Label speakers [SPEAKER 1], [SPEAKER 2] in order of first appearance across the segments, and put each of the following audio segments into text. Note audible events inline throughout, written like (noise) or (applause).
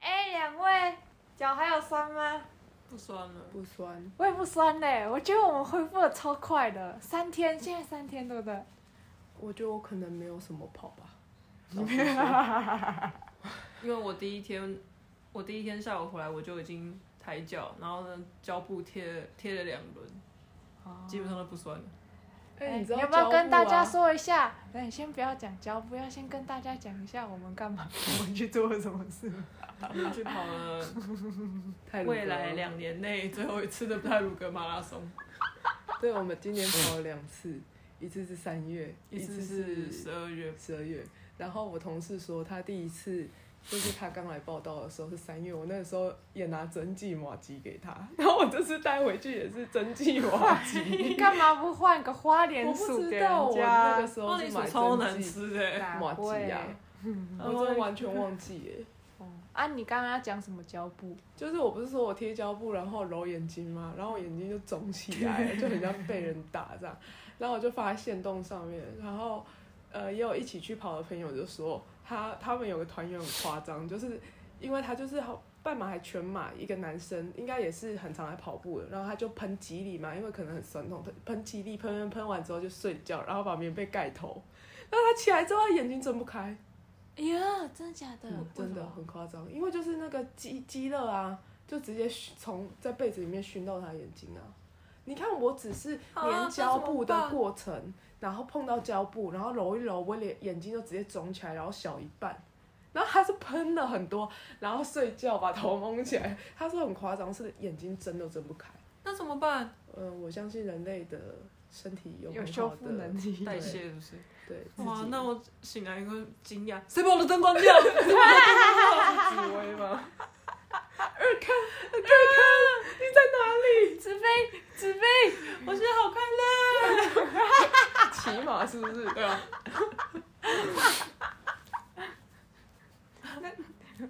[SPEAKER 1] 哎两位脚还有酸吗？
[SPEAKER 2] 不酸了，
[SPEAKER 3] 不酸，
[SPEAKER 1] 我也不酸嘞，我觉得我们恢复的超快的，三天，现在三天对不对？
[SPEAKER 3] 我觉得我可能没有什么跑吧。
[SPEAKER 2] 因为我第一天，我第一天下午回来我就已经抬脚，然后呢胶布贴贴了两轮，基本上都不酸了。
[SPEAKER 3] 哎、你知道
[SPEAKER 1] 要不要
[SPEAKER 3] 胶
[SPEAKER 1] 跟
[SPEAKER 3] 布
[SPEAKER 1] 大家
[SPEAKER 3] 啊？
[SPEAKER 1] 说一下？那你先不要讲胶布，要先跟大家讲一下我们干嘛，我们去做了什么事。
[SPEAKER 2] 我们去跑
[SPEAKER 3] (laughs)
[SPEAKER 2] 了
[SPEAKER 3] 太鲁
[SPEAKER 2] 未
[SPEAKER 3] 阁
[SPEAKER 2] 来
[SPEAKER 3] 了
[SPEAKER 2] 两年内最后一次的泰鲁格马拉松，
[SPEAKER 3] 对，我们今年跑了两次，一次是三月，
[SPEAKER 2] 一次是
[SPEAKER 3] 是
[SPEAKER 2] 十二月，
[SPEAKER 3] 十二月。然后我同事说，他第一次就是他刚来报道的时候是三月，我那个时候也拿针剂麻鸡给他，然后我这次带回去也是针剂
[SPEAKER 2] (laughs)
[SPEAKER 3] 麻
[SPEAKER 1] 你
[SPEAKER 3] 鸡。
[SPEAKER 1] 干嘛不换个花莲
[SPEAKER 3] 我不
[SPEAKER 1] 薯给
[SPEAKER 3] 知
[SPEAKER 1] 人
[SPEAKER 3] 道，我那
[SPEAKER 1] 家
[SPEAKER 3] 个？时候
[SPEAKER 2] 凤
[SPEAKER 3] 是
[SPEAKER 2] 梨薯
[SPEAKER 3] 买
[SPEAKER 2] 超难
[SPEAKER 3] 针剂
[SPEAKER 2] 吃的，欸
[SPEAKER 1] 哪
[SPEAKER 3] 麻
[SPEAKER 1] 会
[SPEAKER 3] 鸡呀，我真的完全忘记耶。
[SPEAKER 1] 啊，你刚刚要讲什么胶布？
[SPEAKER 3] 就是我不是说我贴胶布，然后揉眼睛吗？然后我眼睛就肿起来了，就很像被人打这样。然后我就发在线动上面，然后呃也有一起去跑的朋友就说，他他们有个团员很夸张，就是因为他就是好半马还全马，一个男生应该也是很常来跑步的，然后他就喷几粒嘛，因为可能很酸痛，喷喷几粒，喷喷喷完之后就睡觉，然后把棉被盖头。然后他起来之后，他眼睛睁不开，
[SPEAKER 1] 哎呀，真的假的？
[SPEAKER 3] 嗯真的很夸张，因为就是那个鸡鸡肋啊，就直接熏从在被子里面熏到他眼睛啊。你看，我只是
[SPEAKER 2] 啊
[SPEAKER 3] 粘胶布
[SPEAKER 2] 那怎么
[SPEAKER 3] 的
[SPEAKER 2] 办
[SPEAKER 3] 过程，然后碰到胶布，然后揉一揉，我脸眼睛就直接肿起来，然后小一半。然后他是喷了很多，然后睡觉把头蒙起来。他说很夸张，是眼睛睁都睁不开。
[SPEAKER 2] 那怎么办？
[SPEAKER 3] 嗯、我相信人类的身体有
[SPEAKER 1] 有
[SPEAKER 3] 很
[SPEAKER 1] 修
[SPEAKER 3] 好
[SPEAKER 1] 复
[SPEAKER 3] 的
[SPEAKER 1] 能力。
[SPEAKER 2] 代谢是不是？
[SPEAKER 3] 对。自
[SPEAKER 2] 哇
[SPEAKER 3] 己，
[SPEAKER 2] 那我醒来以后惊讶，谁把我的灯关掉？谁把我的灯关掉？是紫薇吗？
[SPEAKER 1] 子飞，子飞，
[SPEAKER 2] 我现在好快乐。 (laughs)
[SPEAKER 3] 骑马是不是？对啊，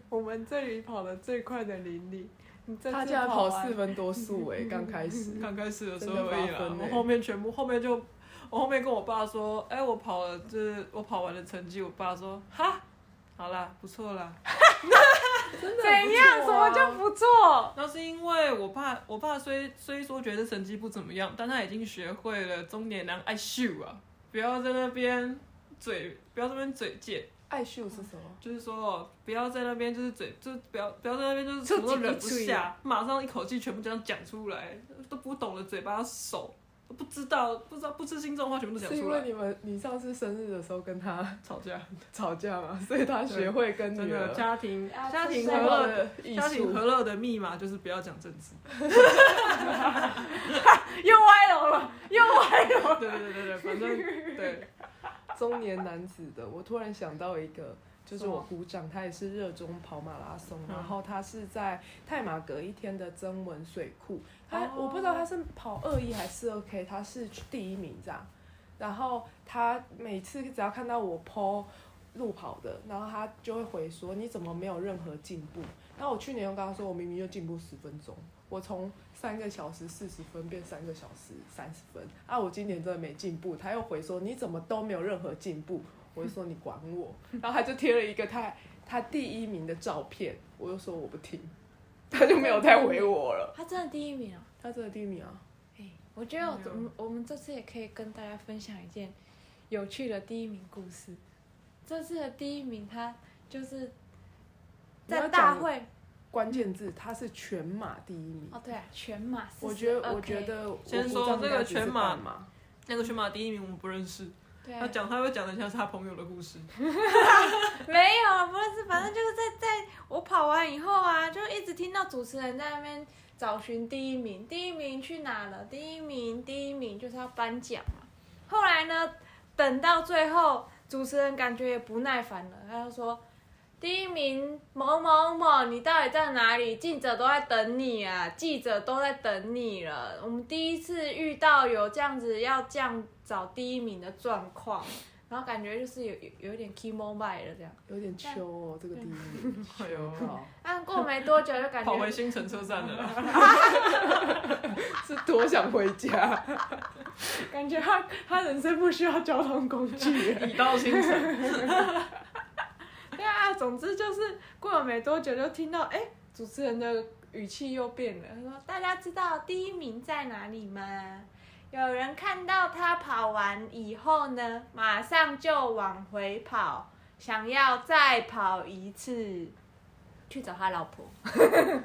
[SPEAKER 1] 我们这里跑的最快的林里，你这
[SPEAKER 3] 他
[SPEAKER 1] 次
[SPEAKER 3] 竟然跑
[SPEAKER 1] 完
[SPEAKER 3] 四分多速
[SPEAKER 2] (laughs)
[SPEAKER 3] 哎、刚开始。
[SPEAKER 2] 刚开始的时候而已
[SPEAKER 3] 真的
[SPEAKER 2] 啦
[SPEAKER 3] 八，分
[SPEAKER 2] 我
[SPEAKER 3] 欸
[SPEAKER 2] 后面全部后面就，我后面跟我爸说，哎、我跑了，就是我跑完的成绩，我爸说，哈，好啦，不错啦。
[SPEAKER 1] 怎 (laughs) 样？什
[SPEAKER 2] 啊
[SPEAKER 1] 么叫不做？
[SPEAKER 2] 那是因为我爸，我爸虽虽说觉得成绩不怎么样，但他已经学会了中年男爱秀啊，不要在那边嘴，不要在那边嘴贱。
[SPEAKER 3] 爱秀是什么？
[SPEAKER 2] 就是说，不要在那边，就是嘴，就是不要不要在那边，就是
[SPEAKER 1] 就
[SPEAKER 2] 什么都
[SPEAKER 1] 几滴
[SPEAKER 2] 忍不
[SPEAKER 1] 嘴
[SPEAKER 3] 啊
[SPEAKER 2] 下，马上一口气全部这样讲出来，都不懂得嘴巴手，都不知道不知道不知心这种话全部都讲
[SPEAKER 3] 是因
[SPEAKER 2] 出
[SPEAKER 3] 为
[SPEAKER 2] 来，
[SPEAKER 3] 你们你上次生日的时候跟他 (laughs)
[SPEAKER 2] 吵架，
[SPEAKER 3] 吵架嘛，所以他学会跟
[SPEAKER 2] 真
[SPEAKER 3] 女
[SPEAKER 2] 的
[SPEAKER 3] 儿
[SPEAKER 2] 家庭
[SPEAKER 1] 啊
[SPEAKER 2] 家庭
[SPEAKER 1] 这
[SPEAKER 2] 和
[SPEAKER 1] 是生
[SPEAKER 3] 生活
[SPEAKER 2] 乐的
[SPEAKER 3] 的艺
[SPEAKER 2] 家庭
[SPEAKER 3] 术。
[SPEAKER 2] 和乐的密码就是不要讲政 (laughs) 治，
[SPEAKER 1] 又歪楼了，又歪楼了。
[SPEAKER 2] 对对对对对，反正对，
[SPEAKER 3] 中年男子的，我突然想到一个，就是
[SPEAKER 2] 什么
[SPEAKER 3] 我姑丈，他也是热衷跑马拉松，
[SPEAKER 2] 嗯
[SPEAKER 3] 然后他是在泰马隔一天的增文水库，他、
[SPEAKER 2] 哦
[SPEAKER 3] 我不知道他是跑二一还是二 K，他是第一名这样。然后他每次只要看到我 PO 路跑的，然后他就会回说你怎么没有任何进步？然后我去年又跟他说，我明明就进步十分钟，我从三个小时四十分变三个小时三十分，啊，我今年真的没进步。他又回说你怎么都没有任何进步？我就说你管我，然后他就贴了一个他他第一名的照片，我就说我不听，他就没有再回我了。
[SPEAKER 1] 他真的第一名啊！
[SPEAKER 3] 他真的第一名啊，
[SPEAKER 1] 哎、我觉得我
[SPEAKER 2] 没有
[SPEAKER 1] 我们我们这次也可以跟大家分享一件有趣的第一名故事。这次的第一名，他就是
[SPEAKER 3] 你要
[SPEAKER 1] 在
[SPEAKER 3] 讲
[SPEAKER 1] 大会
[SPEAKER 3] 关键字他是全马第一名。
[SPEAKER 1] 哦，对、啊，全马42 K。
[SPEAKER 3] 我觉得，我觉得我
[SPEAKER 2] 先说
[SPEAKER 3] 姑丈
[SPEAKER 2] 这个
[SPEAKER 3] 应该只是
[SPEAKER 2] 全马
[SPEAKER 3] 半马，
[SPEAKER 2] 那个群马第一名我们不认识，
[SPEAKER 1] 对
[SPEAKER 2] 他
[SPEAKER 1] 啊，
[SPEAKER 2] 讲他会讲的像是他朋友的故事，
[SPEAKER 1] 没有啊，不是，反正就是在在我跑完以后啊，就一直听到主持人在那边找寻第一名，第一名去哪了？第一名，第一名就是要颁奖嘛。后来呢，等到最后，主持人感觉也不耐烦了，他就说：“第一名某某某，你到底在哪里？记者都在等你啊，记者都在等你了。我们第一次遇到有这样子要这样找第一名的状况，然后感觉就是有有有一点 key mobile 了这样。
[SPEAKER 3] 有点秋哦，这个第一 (laughs) 名。
[SPEAKER 2] 哎呦，
[SPEAKER 3] 靠
[SPEAKER 1] 但啊过没多久就感
[SPEAKER 2] 跑回
[SPEAKER 1] 觉
[SPEAKER 2] 新城车站了啦，
[SPEAKER 3] 是多想回家，
[SPEAKER 1] 感觉他
[SPEAKER 3] 他人生不需要交通工具。
[SPEAKER 2] (laughs) 已到新城，
[SPEAKER 1] 对啊，总之就是过了没多久就听到哎。主持人的语气又变了，他说：“大家知道第一名在哪里吗？有人看到他跑完以后呢，马上就往回跑，想要再跑一次，去找他老婆。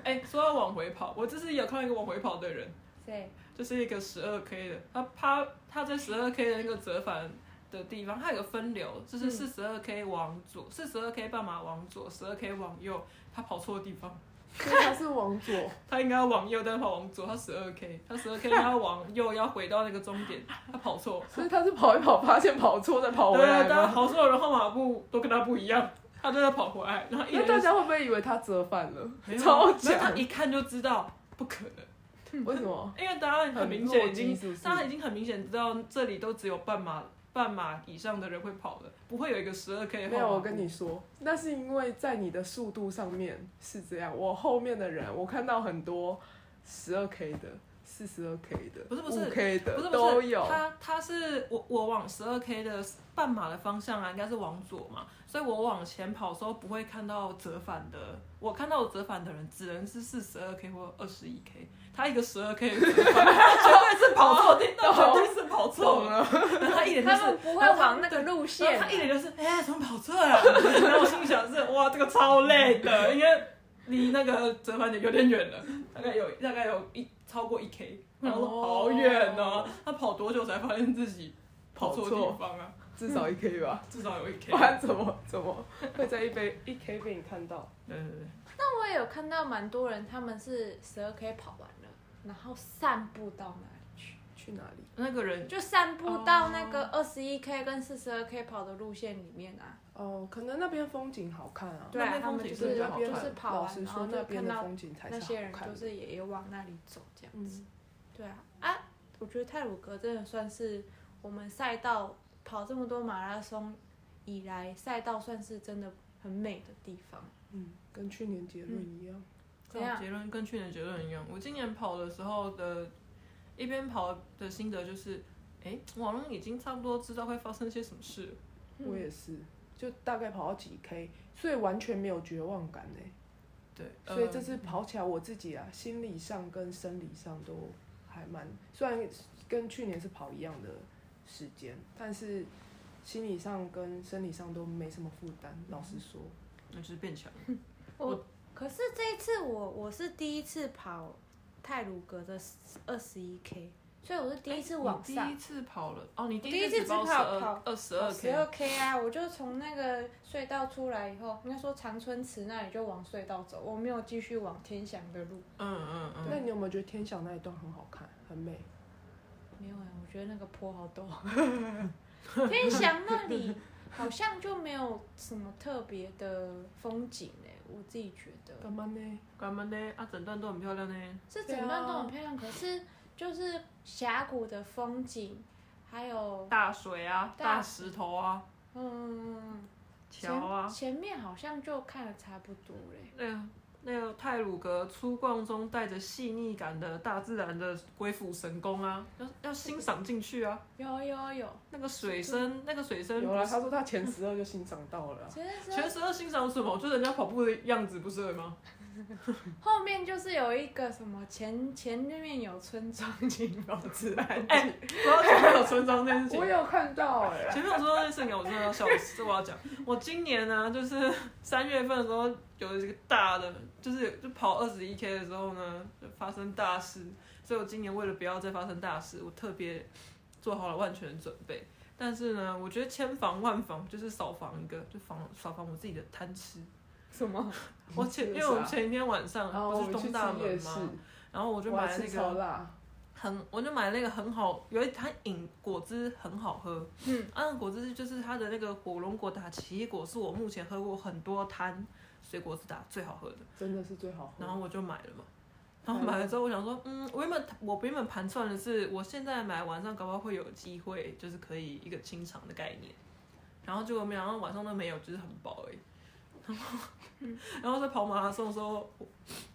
[SPEAKER 2] 哎、说要往回跑，我这次有看到一个往回跑的人，
[SPEAKER 1] 对，
[SPEAKER 2] 就是一个十二 K 的，他他他在十二 K 的那个折返的地方，它有个分流，就是
[SPEAKER 1] 嗯
[SPEAKER 2] 四十二 K 往左，四十二 K 半马往左，十二 K 往右，他跑错地方，
[SPEAKER 3] 所以他是往左，
[SPEAKER 2] 他应该要往右，但是跑往左，他十二 K，他十二 K 他往右要回到那个终点，他跑错，
[SPEAKER 3] 所以他是跑一跑，发现跑错再跑回
[SPEAKER 2] 对
[SPEAKER 3] 来
[SPEAKER 2] 啊，但
[SPEAKER 3] 吗？
[SPEAKER 2] 好所有人号码布都跟他不一样，他真的跑回来，然后一
[SPEAKER 3] 那
[SPEAKER 2] 人
[SPEAKER 3] 大家会不会以为他折返了
[SPEAKER 2] 没？有
[SPEAKER 3] 超
[SPEAKER 2] 没有他
[SPEAKER 3] 强！
[SPEAKER 2] 一看就知道不可能。
[SPEAKER 3] 为什么？
[SPEAKER 2] 因为答案很明
[SPEAKER 3] 很
[SPEAKER 2] 显，
[SPEAKER 3] 弱
[SPEAKER 2] 已
[SPEAKER 3] 鸡
[SPEAKER 2] 经
[SPEAKER 3] 是不是
[SPEAKER 2] 大家已经很明显知道这里都只有半马、半马以上的人会跑的，不会有一个十二 K
[SPEAKER 3] 没有，我跟
[SPEAKER 2] 你
[SPEAKER 3] 你说，那是因为在你的速度上面是这样。我后面的人，我看到很多十二 K 的、四十二 K 的、
[SPEAKER 2] 不是不是
[SPEAKER 3] 五 K 的
[SPEAKER 2] 不是不是
[SPEAKER 3] 都有。
[SPEAKER 2] 他他是我我往十二 K 的半马的方向啊，应该是往左嘛，所以我往前跑的时候不会看到折返的，我看到折返的人只能是四十二 K 或二十一 K，他一个十二 K 的折返，
[SPEAKER 3] (laughs)
[SPEAKER 2] 他绝对是跑错地，那绝对是跑错
[SPEAKER 3] 哦懂
[SPEAKER 2] 了，
[SPEAKER 3] 了，
[SPEAKER 2] 然后他一脸就
[SPEAKER 1] 他
[SPEAKER 2] 是
[SPEAKER 1] 们不会往那个路
[SPEAKER 2] 然
[SPEAKER 1] 线
[SPEAKER 2] 后他一脸就是，哎、怎么跑这了？ (laughs) 然后我心里想是，哇，这个超累的，因为离那个折返点有点远了，大概有大概有一超过一 K，然后说好远哦、他跑多久才发现自己跑错地方啊？
[SPEAKER 3] 至少一 K
[SPEAKER 2] (laughs)
[SPEAKER 3] 吧，
[SPEAKER 2] 至少有一 K
[SPEAKER 3] 不。然怎么怎么会在一杯一 K 被你看到？
[SPEAKER 2] 对对对，
[SPEAKER 1] 那我也有看到蛮多人，他们是十二 K 跑完了，然后散步到哪里去？
[SPEAKER 3] 去哪里？
[SPEAKER 2] 那个人
[SPEAKER 1] 就散步到那
[SPEAKER 2] 哦
[SPEAKER 1] 个二十一 K 跟四十二 K 跑的路线里面啊。
[SPEAKER 3] 哦，可能那边风景好看啊。
[SPEAKER 1] 对
[SPEAKER 2] 哦
[SPEAKER 1] 啊，
[SPEAKER 2] 那边
[SPEAKER 1] 他
[SPEAKER 2] 风
[SPEAKER 1] 们
[SPEAKER 2] 景
[SPEAKER 1] 就是是
[SPEAKER 2] 比较好
[SPEAKER 1] 就
[SPEAKER 2] 看
[SPEAKER 1] 是跑
[SPEAKER 3] 老
[SPEAKER 1] 完，
[SPEAKER 3] 实
[SPEAKER 1] 然后
[SPEAKER 3] 说，
[SPEAKER 1] 就
[SPEAKER 3] 那
[SPEAKER 1] 看
[SPEAKER 3] 边的
[SPEAKER 1] 到
[SPEAKER 3] 风景才
[SPEAKER 1] 那些人
[SPEAKER 3] 好看
[SPEAKER 1] 就
[SPEAKER 3] 的。
[SPEAKER 1] 是也有往那里走这样子。
[SPEAKER 3] 嗯，
[SPEAKER 1] 对啊，啊，我觉得泰鲁格真的算是我们赛道跑这么多马拉松以来，赛道算是真的很美的地方。
[SPEAKER 3] 嗯，跟去年结论
[SPEAKER 1] 嗯
[SPEAKER 3] 一样。
[SPEAKER 1] 怎样
[SPEAKER 2] 结论跟去年结论一样。我今年跑的时候的，一边跑的心得就是，哎、我好像已经差不多知道会发生些什么事了。
[SPEAKER 1] 嗯
[SPEAKER 3] 我也是，就大概跑到几 K，所以完全没有绝望感呢、
[SPEAKER 2] 对，
[SPEAKER 3] 所以
[SPEAKER 2] 呃
[SPEAKER 3] 这次跑起来，我自己啊，心理上跟生理上都还蛮，虽然跟去年是跑一样的时间，但是心理上跟生理上都没什么负担。老
[SPEAKER 1] 嗯
[SPEAKER 3] 实说，
[SPEAKER 2] 那就是变强了。
[SPEAKER 1] 可是这一次我我是第一次跑泰鲁格的二十一 K，所以我是第一次往
[SPEAKER 2] 你
[SPEAKER 1] 上
[SPEAKER 2] 第一。次跑了哦，你第
[SPEAKER 1] 我第一次
[SPEAKER 2] 次
[SPEAKER 1] 只
[SPEAKER 2] 跑
[SPEAKER 1] 跑跑
[SPEAKER 2] 二十二
[SPEAKER 1] 十
[SPEAKER 2] K，
[SPEAKER 1] 二 K 啊！我就从那个隧道出来以后，应该说长春池那里就往隧道走，我没有继续往天祥的路。
[SPEAKER 2] 嗯嗯
[SPEAKER 3] 那
[SPEAKER 2] 嗯，
[SPEAKER 3] 你有没有觉得天祥那一段很好看，很美？
[SPEAKER 1] 没有哎、我觉得那个坡好 (laughs) 陡。天祥那里好像就没有什么特别的风景哎、我自己觉得
[SPEAKER 3] 干嘛呢？
[SPEAKER 2] 干嘛呢？啊，整段都很漂亮呢。
[SPEAKER 1] 这整段都很漂亮，可是就是峡谷的风景，还有
[SPEAKER 2] 大水啊，
[SPEAKER 1] 大
[SPEAKER 2] 大石头啊，
[SPEAKER 1] 嗯，前
[SPEAKER 2] 桥啊，
[SPEAKER 1] 前面好像就看的差不多欸嘞、
[SPEAKER 2] 那个那个泰鲁格粗犷中带着细腻感的大自然的鬼斧神工啊，要要欣赏进去啊。
[SPEAKER 1] 有有有，
[SPEAKER 2] 那个水声，那个水声
[SPEAKER 3] 有啦，
[SPEAKER 2] 不是，
[SPEAKER 3] 他说他前十二就欣赏到了啊。
[SPEAKER 1] 其实
[SPEAKER 2] 全十二欣赏什么？我觉得人家跑步的样子不是吗？
[SPEAKER 1] 后面就是有一个什么前前面有村庄景楼之类的，
[SPEAKER 2] 哎，不要前面有村庄这件事情
[SPEAKER 3] 我。有看到哎、
[SPEAKER 2] 前面我说到这事情，我真的要笑死，这我要讲。我今年呢、就是三月份的时候有一个大的，就是就跑二十一 K 的时候呢，就发生大事，所以我今年为了不要再发生大事，我特别做好了万全的准备。但是呢，我觉得千防万防就是少防一个，就防少防我自己的贪
[SPEAKER 3] (laughs)
[SPEAKER 2] 吃。
[SPEAKER 1] 什么？
[SPEAKER 2] 我前因为我前一天晚上
[SPEAKER 3] 然后
[SPEAKER 2] 不
[SPEAKER 3] 啊哦我
[SPEAKER 2] 是
[SPEAKER 3] 们
[SPEAKER 2] 东
[SPEAKER 3] 去
[SPEAKER 2] 大
[SPEAKER 3] 吃夜
[SPEAKER 2] 门
[SPEAKER 3] 市，
[SPEAKER 2] 吗？然后我就
[SPEAKER 3] 我
[SPEAKER 2] 买
[SPEAKER 3] 还
[SPEAKER 2] 了那
[SPEAKER 3] 吃超
[SPEAKER 2] 个
[SPEAKER 3] 辣，
[SPEAKER 2] 很，我就买了那个很好，有一它饮果汁很好喝，
[SPEAKER 1] 嗯，
[SPEAKER 2] 啊，那果汁就是它的那个火龙果打奇异果，是我目前喝过很多摊水果汁打最好喝的。
[SPEAKER 3] 真的是最好喝
[SPEAKER 2] 然。后我就买了嘛，然后买了之后我想说，嗯，我原本我原本盘算的是，我现在买晚上搞不好会有机会，就是可以一个清偿的概念。然后结果没想到晚上都没有，就是很饱而已。然后，然后在跑马拉松的时候，我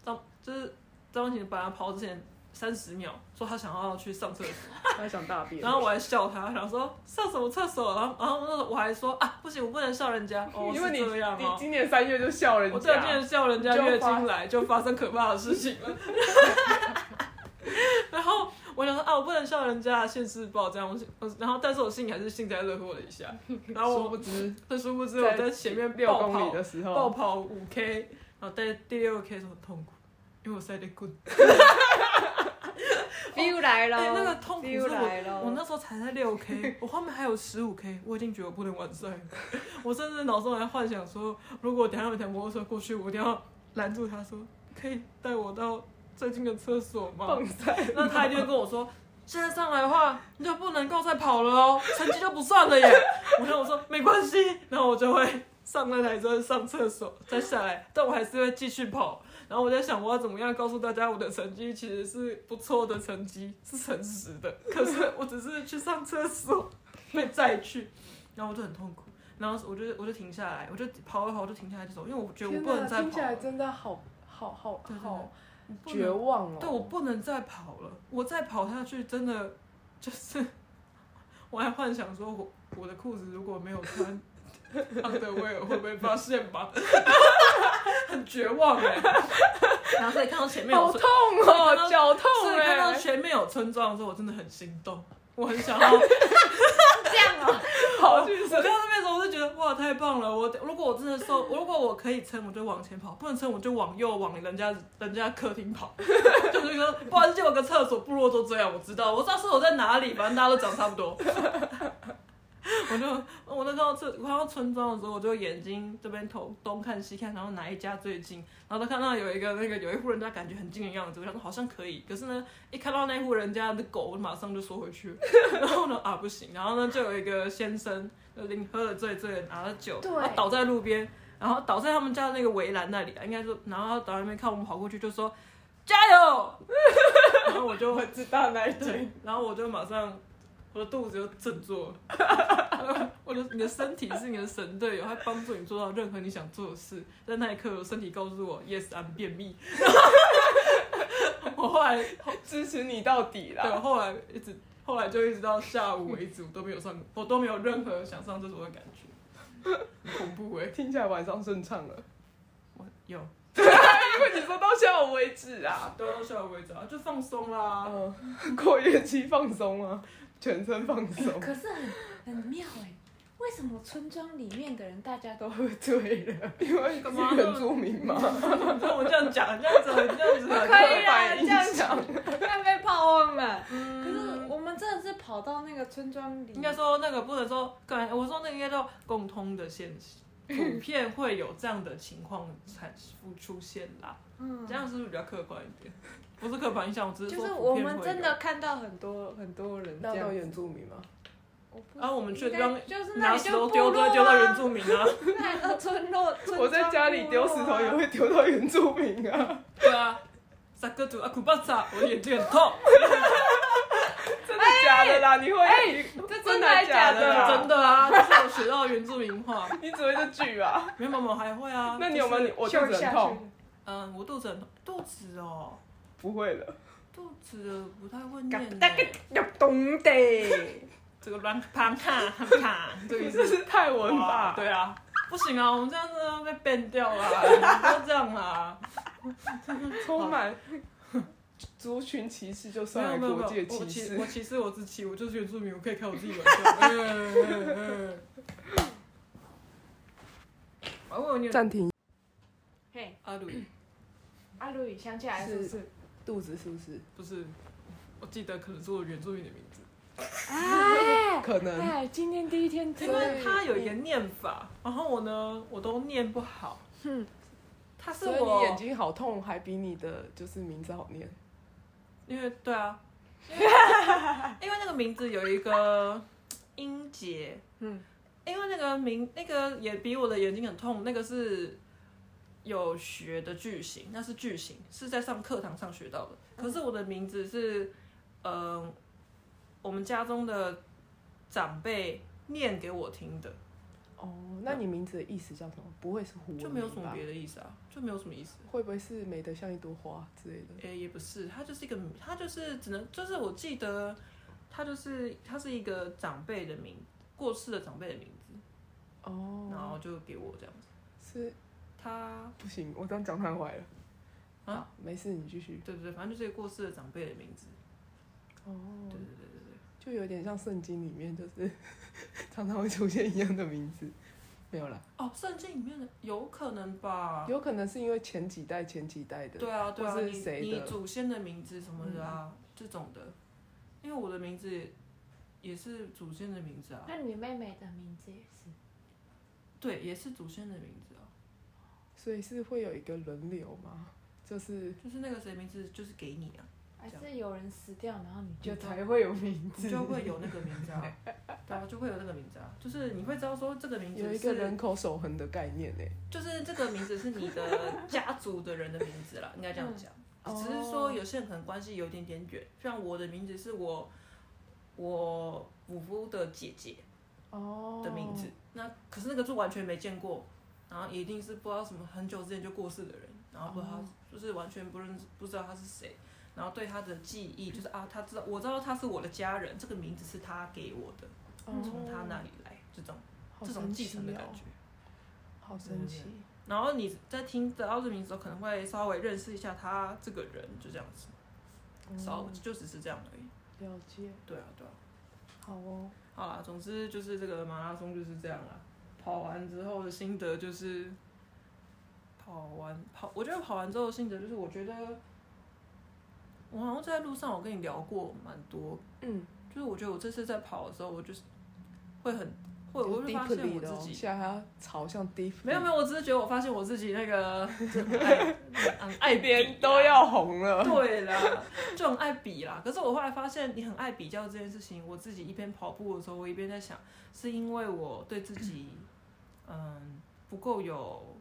[SPEAKER 2] 张就是张文琴把它跑之前，三十秒，说他想要去上厕所，
[SPEAKER 3] 他想大便。
[SPEAKER 2] 然后我还笑他，想说上什么厕所，然后然后那我还说啊不行，我不能笑人家，哦
[SPEAKER 3] (laughs) 因为
[SPEAKER 2] 是
[SPEAKER 3] 你
[SPEAKER 2] 这样
[SPEAKER 3] 你
[SPEAKER 2] 哦。
[SPEAKER 3] 今年三月就笑人家，
[SPEAKER 2] 我啊这两天笑人家
[SPEAKER 3] 就发
[SPEAKER 2] 月经来就发生可怕的事情了。 (laughs) 然后我想说啊，我不能笑人家现世报这样，我是我然后但是我心里还是幸灾乐祸了一下。然后我
[SPEAKER 3] 殊不知
[SPEAKER 2] 但殊不知我在前面
[SPEAKER 3] 六
[SPEAKER 2] 爆
[SPEAKER 3] 公里
[SPEAKER 2] 跑
[SPEAKER 3] 的时
[SPEAKER 2] 爆
[SPEAKER 3] 候，
[SPEAKER 2] 跑五 K，然后在第六 K 的时候很痛苦，因为我塞得滚。
[SPEAKER 1] ，feel 来了，
[SPEAKER 2] 哎那个痛苦是
[SPEAKER 1] feel 来了，
[SPEAKER 2] 我那时候才在六 K，我后面还有十五 K，我已经觉得我不能完赛了。我甚至脑中还幻想说，如果等一下有一台摩托车过去，我一定要拦住他说，可以带我到最近的厕所吗？
[SPEAKER 3] 棒赛，
[SPEAKER 2] 那他一定会跟我说，现在上来的话，你就不能够再跑了哦，成绩就不算了耶。我跟我说没关系，然后我就会上那台车上厕所，再下来，但我还是会继续跑。然后我在想，我要怎么样告诉大家我的成绩其实是不错的成绩，是诚实的。可是我只是去上厕所，被载去，然后我就很痛苦。然后我就我就停下来，我就跑一跑，我就停下来就走，因为我觉得我
[SPEAKER 3] 天
[SPEAKER 2] 不能再
[SPEAKER 3] 听起
[SPEAKER 2] 跑了
[SPEAKER 3] 来，真的好好好
[SPEAKER 2] 对对对
[SPEAKER 3] 好
[SPEAKER 2] 我不能
[SPEAKER 3] 绝望哦。
[SPEAKER 2] 对，我不能再跑了，我再跑下去真的就是，我还幻想说我我的裤子如果没有穿啊 underwear 会不会发现吧？ (laughs) 很绝望哎、然后所以看到前面有
[SPEAKER 3] 好
[SPEAKER 2] 村，
[SPEAKER 3] 痛
[SPEAKER 2] 看到
[SPEAKER 3] 哦，脚痛
[SPEAKER 2] 所以看到
[SPEAKER 3] 哎！
[SPEAKER 2] 前面有村庄的时候，我真的很心动，欸我很 (laughs) 想要。
[SPEAKER 1] 这样哦，
[SPEAKER 3] 跑
[SPEAKER 2] 我
[SPEAKER 3] 去
[SPEAKER 2] 看到那边的时候，我就觉得哇，太棒了！我如果我真的瘦，如果我可以撑，我就往前跑；不能撑，我就往右往人家人家客厅跑。 (laughs) 就是说，不好意思，借我个厕所，部落都这样，我知道，我知道厕所在哪里，反正大家都长差不多。我就我那看到这看到村庄的时候，我就眼睛这边头东看西看，然后哪一家最近，然后都看到有一个那个有一户人家感觉很近的样子，我想说好像可以，可是呢，一看到那户人家的狗，我马上就缩回去了。 (laughs) 然后呢啊不行，然后呢就有一个先生，就领喝了醉醉的，拿了酒，
[SPEAKER 1] 对
[SPEAKER 2] 他倒在路边，然后倒在他们家的那个围栏那里，啊应该说，然后他倒在那边看我们跑过去，就说加油， (laughs) 然后我就
[SPEAKER 3] 我知道那一
[SPEAKER 2] 对
[SPEAKER 3] 句，，
[SPEAKER 2] 然后我就马上，我的肚子就振作了。 (laughs) 我的你的身体是你的神队友，它帮助你做到任何你想做的事。在那一刻，我身体告诉我，yes，I'm 便秘。我后来，
[SPEAKER 3] 支持你到底
[SPEAKER 2] 对，啊我
[SPEAKER 3] 啦。
[SPEAKER 2] 后来一直，后来就一直到下午为止，我都没有上，我都没有任何想上厕所的感觉，很恐怖哎、
[SPEAKER 3] 欸听起来晚上顺畅了，
[SPEAKER 2] 我有，
[SPEAKER 3] 因为你说到下午为止啊。
[SPEAKER 2] 都到下午为止啊，就放松啦。
[SPEAKER 3] 嗯，过月期放松啊， (laughs) 全身放松。
[SPEAKER 1] 哦可是很很妙哎，为什么村庄里面的人大家都
[SPEAKER 3] 喝醉了，因为是原住民嘛，
[SPEAKER 2] 哦你看我这样讲，这样子，这样子很
[SPEAKER 1] 可以
[SPEAKER 3] 刻
[SPEAKER 1] 啦
[SPEAKER 3] 板印
[SPEAKER 1] 这样
[SPEAKER 3] 象。
[SPEAKER 1] 快被泡忘了？可是
[SPEAKER 2] 嗯
[SPEAKER 1] 我们真的是跑到那个村庄里，
[SPEAKER 2] 应该说那个不能说个人，我说那个应该叫共通的现实，普遍会有这样的情况产出出现啦。
[SPEAKER 1] 嗯
[SPEAKER 2] 这样是不是比较客观一点？不是刻板印象，我只是
[SPEAKER 1] 就
[SPEAKER 2] 说
[SPEAKER 1] 是
[SPEAKER 2] 普
[SPEAKER 1] 我
[SPEAKER 2] 遍
[SPEAKER 1] 们
[SPEAKER 2] 会
[SPEAKER 1] 真
[SPEAKER 2] 有
[SPEAKER 1] 的看到很多很多人
[SPEAKER 3] 那
[SPEAKER 1] 这
[SPEAKER 3] 到
[SPEAKER 1] 样，
[SPEAKER 3] 原住民嘛，
[SPEAKER 1] 我不
[SPEAKER 2] 然啊后我们却
[SPEAKER 1] 应该
[SPEAKER 2] 让
[SPEAKER 1] 就是那
[SPEAKER 2] 拿
[SPEAKER 1] 里
[SPEAKER 2] 石
[SPEAKER 1] 就
[SPEAKER 2] 头
[SPEAKER 1] 部
[SPEAKER 2] 丢
[SPEAKER 1] 落
[SPEAKER 2] 都
[SPEAKER 1] 啊
[SPEAKER 2] 丢到原住民啊，
[SPEAKER 1] 那里都村落，村
[SPEAKER 3] 我在家里丢石头
[SPEAKER 1] 庄部落
[SPEAKER 3] 也
[SPEAKER 1] 啊
[SPEAKER 3] 会丢到原住民啊，
[SPEAKER 2] 对啊。萨克图阿库巴萨，我的眼睛很
[SPEAKER 3] (laughs)
[SPEAKER 2] 痛，
[SPEAKER 3] 真的假的哎啦？你会？
[SPEAKER 1] 这
[SPEAKER 3] 真
[SPEAKER 1] 真
[SPEAKER 3] 的
[SPEAKER 1] 的
[SPEAKER 3] 还
[SPEAKER 1] 还
[SPEAKER 3] 假
[SPEAKER 1] 假
[SPEAKER 3] 的啊
[SPEAKER 1] 的？
[SPEAKER 2] 真的啊，这是我学到的原住民话。
[SPEAKER 3] 你只会这句 (laughs) 啊？
[SPEAKER 2] 没有没有，我还会啊。
[SPEAKER 3] (laughs) 那你有没有
[SPEAKER 2] 就
[SPEAKER 3] 你
[SPEAKER 2] 是？
[SPEAKER 3] 我肚子很痛？
[SPEAKER 2] 嗯，我肚子很痛，肚子哦，
[SPEAKER 3] 不会了，
[SPEAKER 2] 肚子不太会
[SPEAKER 3] 嘎
[SPEAKER 2] 念
[SPEAKER 3] 哒
[SPEAKER 2] 欸
[SPEAKER 3] 嘎。要懂得，
[SPEAKER 2] 这个乱啪啪啪，这个意
[SPEAKER 3] 这
[SPEAKER 2] 思。
[SPEAKER 3] 是泰文吧？
[SPEAKER 2] 对啊，不行啊，我们这样子被 ban 掉了 (laughs) 啊，你不要这样啦。
[SPEAKER 3] 充满族群歧视，
[SPEAKER 2] 没
[SPEAKER 3] 就
[SPEAKER 2] 有
[SPEAKER 3] 算
[SPEAKER 2] 没
[SPEAKER 3] 了
[SPEAKER 2] 有
[SPEAKER 3] 国
[SPEAKER 2] 没
[SPEAKER 3] 界
[SPEAKER 2] 有，我
[SPEAKER 3] 歧
[SPEAKER 2] 歧
[SPEAKER 3] 视
[SPEAKER 2] 我。歧视我自己，我就是原住民，我可以开我自己玩笑。哎哎哎
[SPEAKER 3] (laughs)
[SPEAKER 2] 哎我问你，
[SPEAKER 3] 暂停，
[SPEAKER 1] 嘿，
[SPEAKER 2] 阿鲁
[SPEAKER 1] 阿鲁语想起来是不是？
[SPEAKER 3] 肚子是不是？
[SPEAKER 2] 不是，我记得可能是我原住民
[SPEAKER 3] 嗯
[SPEAKER 2] 的名字，
[SPEAKER 1] 哎
[SPEAKER 3] 可能
[SPEAKER 1] 哎，今天第一天
[SPEAKER 2] 因为它有一个念法，然后我呢，我都念不好。
[SPEAKER 1] 哼
[SPEAKER 2] 它是
[SPEAKER 3] 所以你眼
[SPEAKER 2] 我，
[SPEAKER 3] 睛好痛，还比你的就是名字好念。
[SPEAKER 2] (laughs) 因为对啊，因为因为那个名字有一个音节。
[SPEAKER 1] 嗯，
[SPEAKER 2] 因为那个名那个也比我的眼睛很痛，那个是有学的句型，那是句型，是在上课堂上学到的。
[SPEAKER 3] 嗯
[SPEAKER 2] 可是我的名字是，嗯、我们家中的长辈念给我听的。
[SPEAKER 3] 哦，那你名字的意思叫什么？不会是胡文
[SPEAKER 2] 就没有什
[SPEAKER 3] 明
[SPEAKER 2] 么
[SPEAKER 3] 吧
[SPEAKER 2] 别的意思啊，就没有什么意思。
[SPEAKER 3] 会不会是美得像一朵花之类的？
[SPEAKER 2] 诶、也不是，他就是一个，他就是只能，就是我记得，他就是他是一个长辈的名，过世的长辈的名字，然
[SPEAKER 3] 哦，
[SPEAKER 2] 后就给我这样子。
[SPEAKER 3] 是
[SPEAKER 2] 他
[SPEAKER 3] 不行，我这样讲太坏了。
[SPEAKER 2] 啊
[SPEAKER 3] 好，没事，你继续。
[SPEAKER 2] 对对对，反正就是一个过世的长辈的名字。
[SPEAKER 3] 哦，
[SPEAKER 2] 对对对对对。
[SPEAKER 3] 就有点像圣经里面，就是 (laughs) 常常会出现一样的名字，没有啦，
[SPEAKER 2] 哦，圣经里面的有可能吧？
[SPEAKER 3] 有可能是因为前几代前几代的，
[SPEAKER 2] 对啊，对啊，
[SPEAKER 3] 或是
[SPEAKER 2] 你
[SPEAKER 3] 谁
[SPEAKER 2] 你
[SPEAKER 3] 的嗯
[SPEAKER 2] 祖先的名字什么的啊，这种的。因为我的名字也也是祖先的名字啊，
[SPEAKER 1] 那你妹妹的名字也是，
[SPEAKER 2] 对，也是祖先的名字啊。
[SPEAKER 3] 所以是会有一个轮流嘛，就是
[SPEAKER 2] 就是那个谁名字，就是给你
[SPEAKER 3] (laughs)
[SPEAKER 2] 啊，
[SPEAKER 1] 还是有人死掉，然后你就
[SPEAKER 3] 就才会有名
[SPEAKER 2] 你
[SPEAKER 3] 字，
[SPEAKER 2] 就会有那个名字啊，对啊，就会有那个名字啊，就是你会知道说这个名字
[SPEAKER 3] 有一个人
[SPEAKER 2] 是，
[SPEAKER 3] 口守恒的概念
[SPEAKER 2] 欸
[SPEAKER 3] 呢。
[SPEAKER 2] 就是这个名字是你的家族的人的名字
[SPEAKER 3] (laughs)
[SPEAKER 2] 啦，应该这样讲。
[SPEAKER 3] 嗯
[SPEAKER 2] 只是说
[SPEAKER 3] 哦
[SPEAKER 2] 有些人可能关系有一点点远，像我的名字是我我五夫的姐姐，
[SPEAKER 3] 哦
[SPEAKER 2] 的名字。那可是那个是完全没见过，然后一定是不知道什么很久之前就过世的人，然后不知道他、
[SPEAKER 3] 哦
[SPEAKER 2] 就是完全不认识，不知道他是谁，然后对他的记忆就是啊，他知道我知道他是我的家人，这个名字是他给我的，
[SPEAKER 3] 哦
[SPEAKER 2] 从他那里来，这种
[SPEAKER 3] 好
[SPEAKER 2] 这
[SPEAKER 3] 神
[SPEAKER 2] 种
[SPEAKER 3] 奇
[SPEAKER 2] 继承的感
[SPEAKER 3] 哦
[SPEAKER 2] 觉。
[SPEAKER 3] 好神奇。
[SPEAKER 2] 然后你在听得到这名字的时候，可能会稍微认识一下他这个人，就这样子，稍微
[SPEAKER 3] 嗯
[SPEAKER 2] 就只是这样而已。
[SPEAKER 3] 了解，
[SPEAKER 2] 对啊，对啊。
[SPEAKER 3] 好哦，
[SPEAKER 2] 好啦，总之就是这个马拉松就是这样啦。跑完之后的心得就是，跑完跑，我觉得跑完之后的心得就是，我觉得我好像在路上我跟你聊过蛮多，
[SPEAKER 3] 嗯，
[SPEAKER 2] 就是我觉得我这次在跑的时候，我就是会很会，我
[SPEAKER 3] 就
[SPEAKER 2] 会发现
[SPEAKER 3] deeply
[SPEAKER 2] 我
[SPEAKER 3] 的哦
[SPEAKER 2] 自己。
[SPEAKER 3] 现在还要朝向 deep，
[SPEAKER 2] 没有没有，我只是觉得我发现我自己那个就很爱很爱
[SPEAKER 3] 有，
[SPEAKER 2] 别
[SPEAKER 3] 边哎都要红了。
[SPEAKER 2] (laughs) 对啦，就很爱比啦。可是我后来发现，你很爱比较这件事情，我自己一边跑步的时候，我一边在想，是因为我对自己，嗯，不够有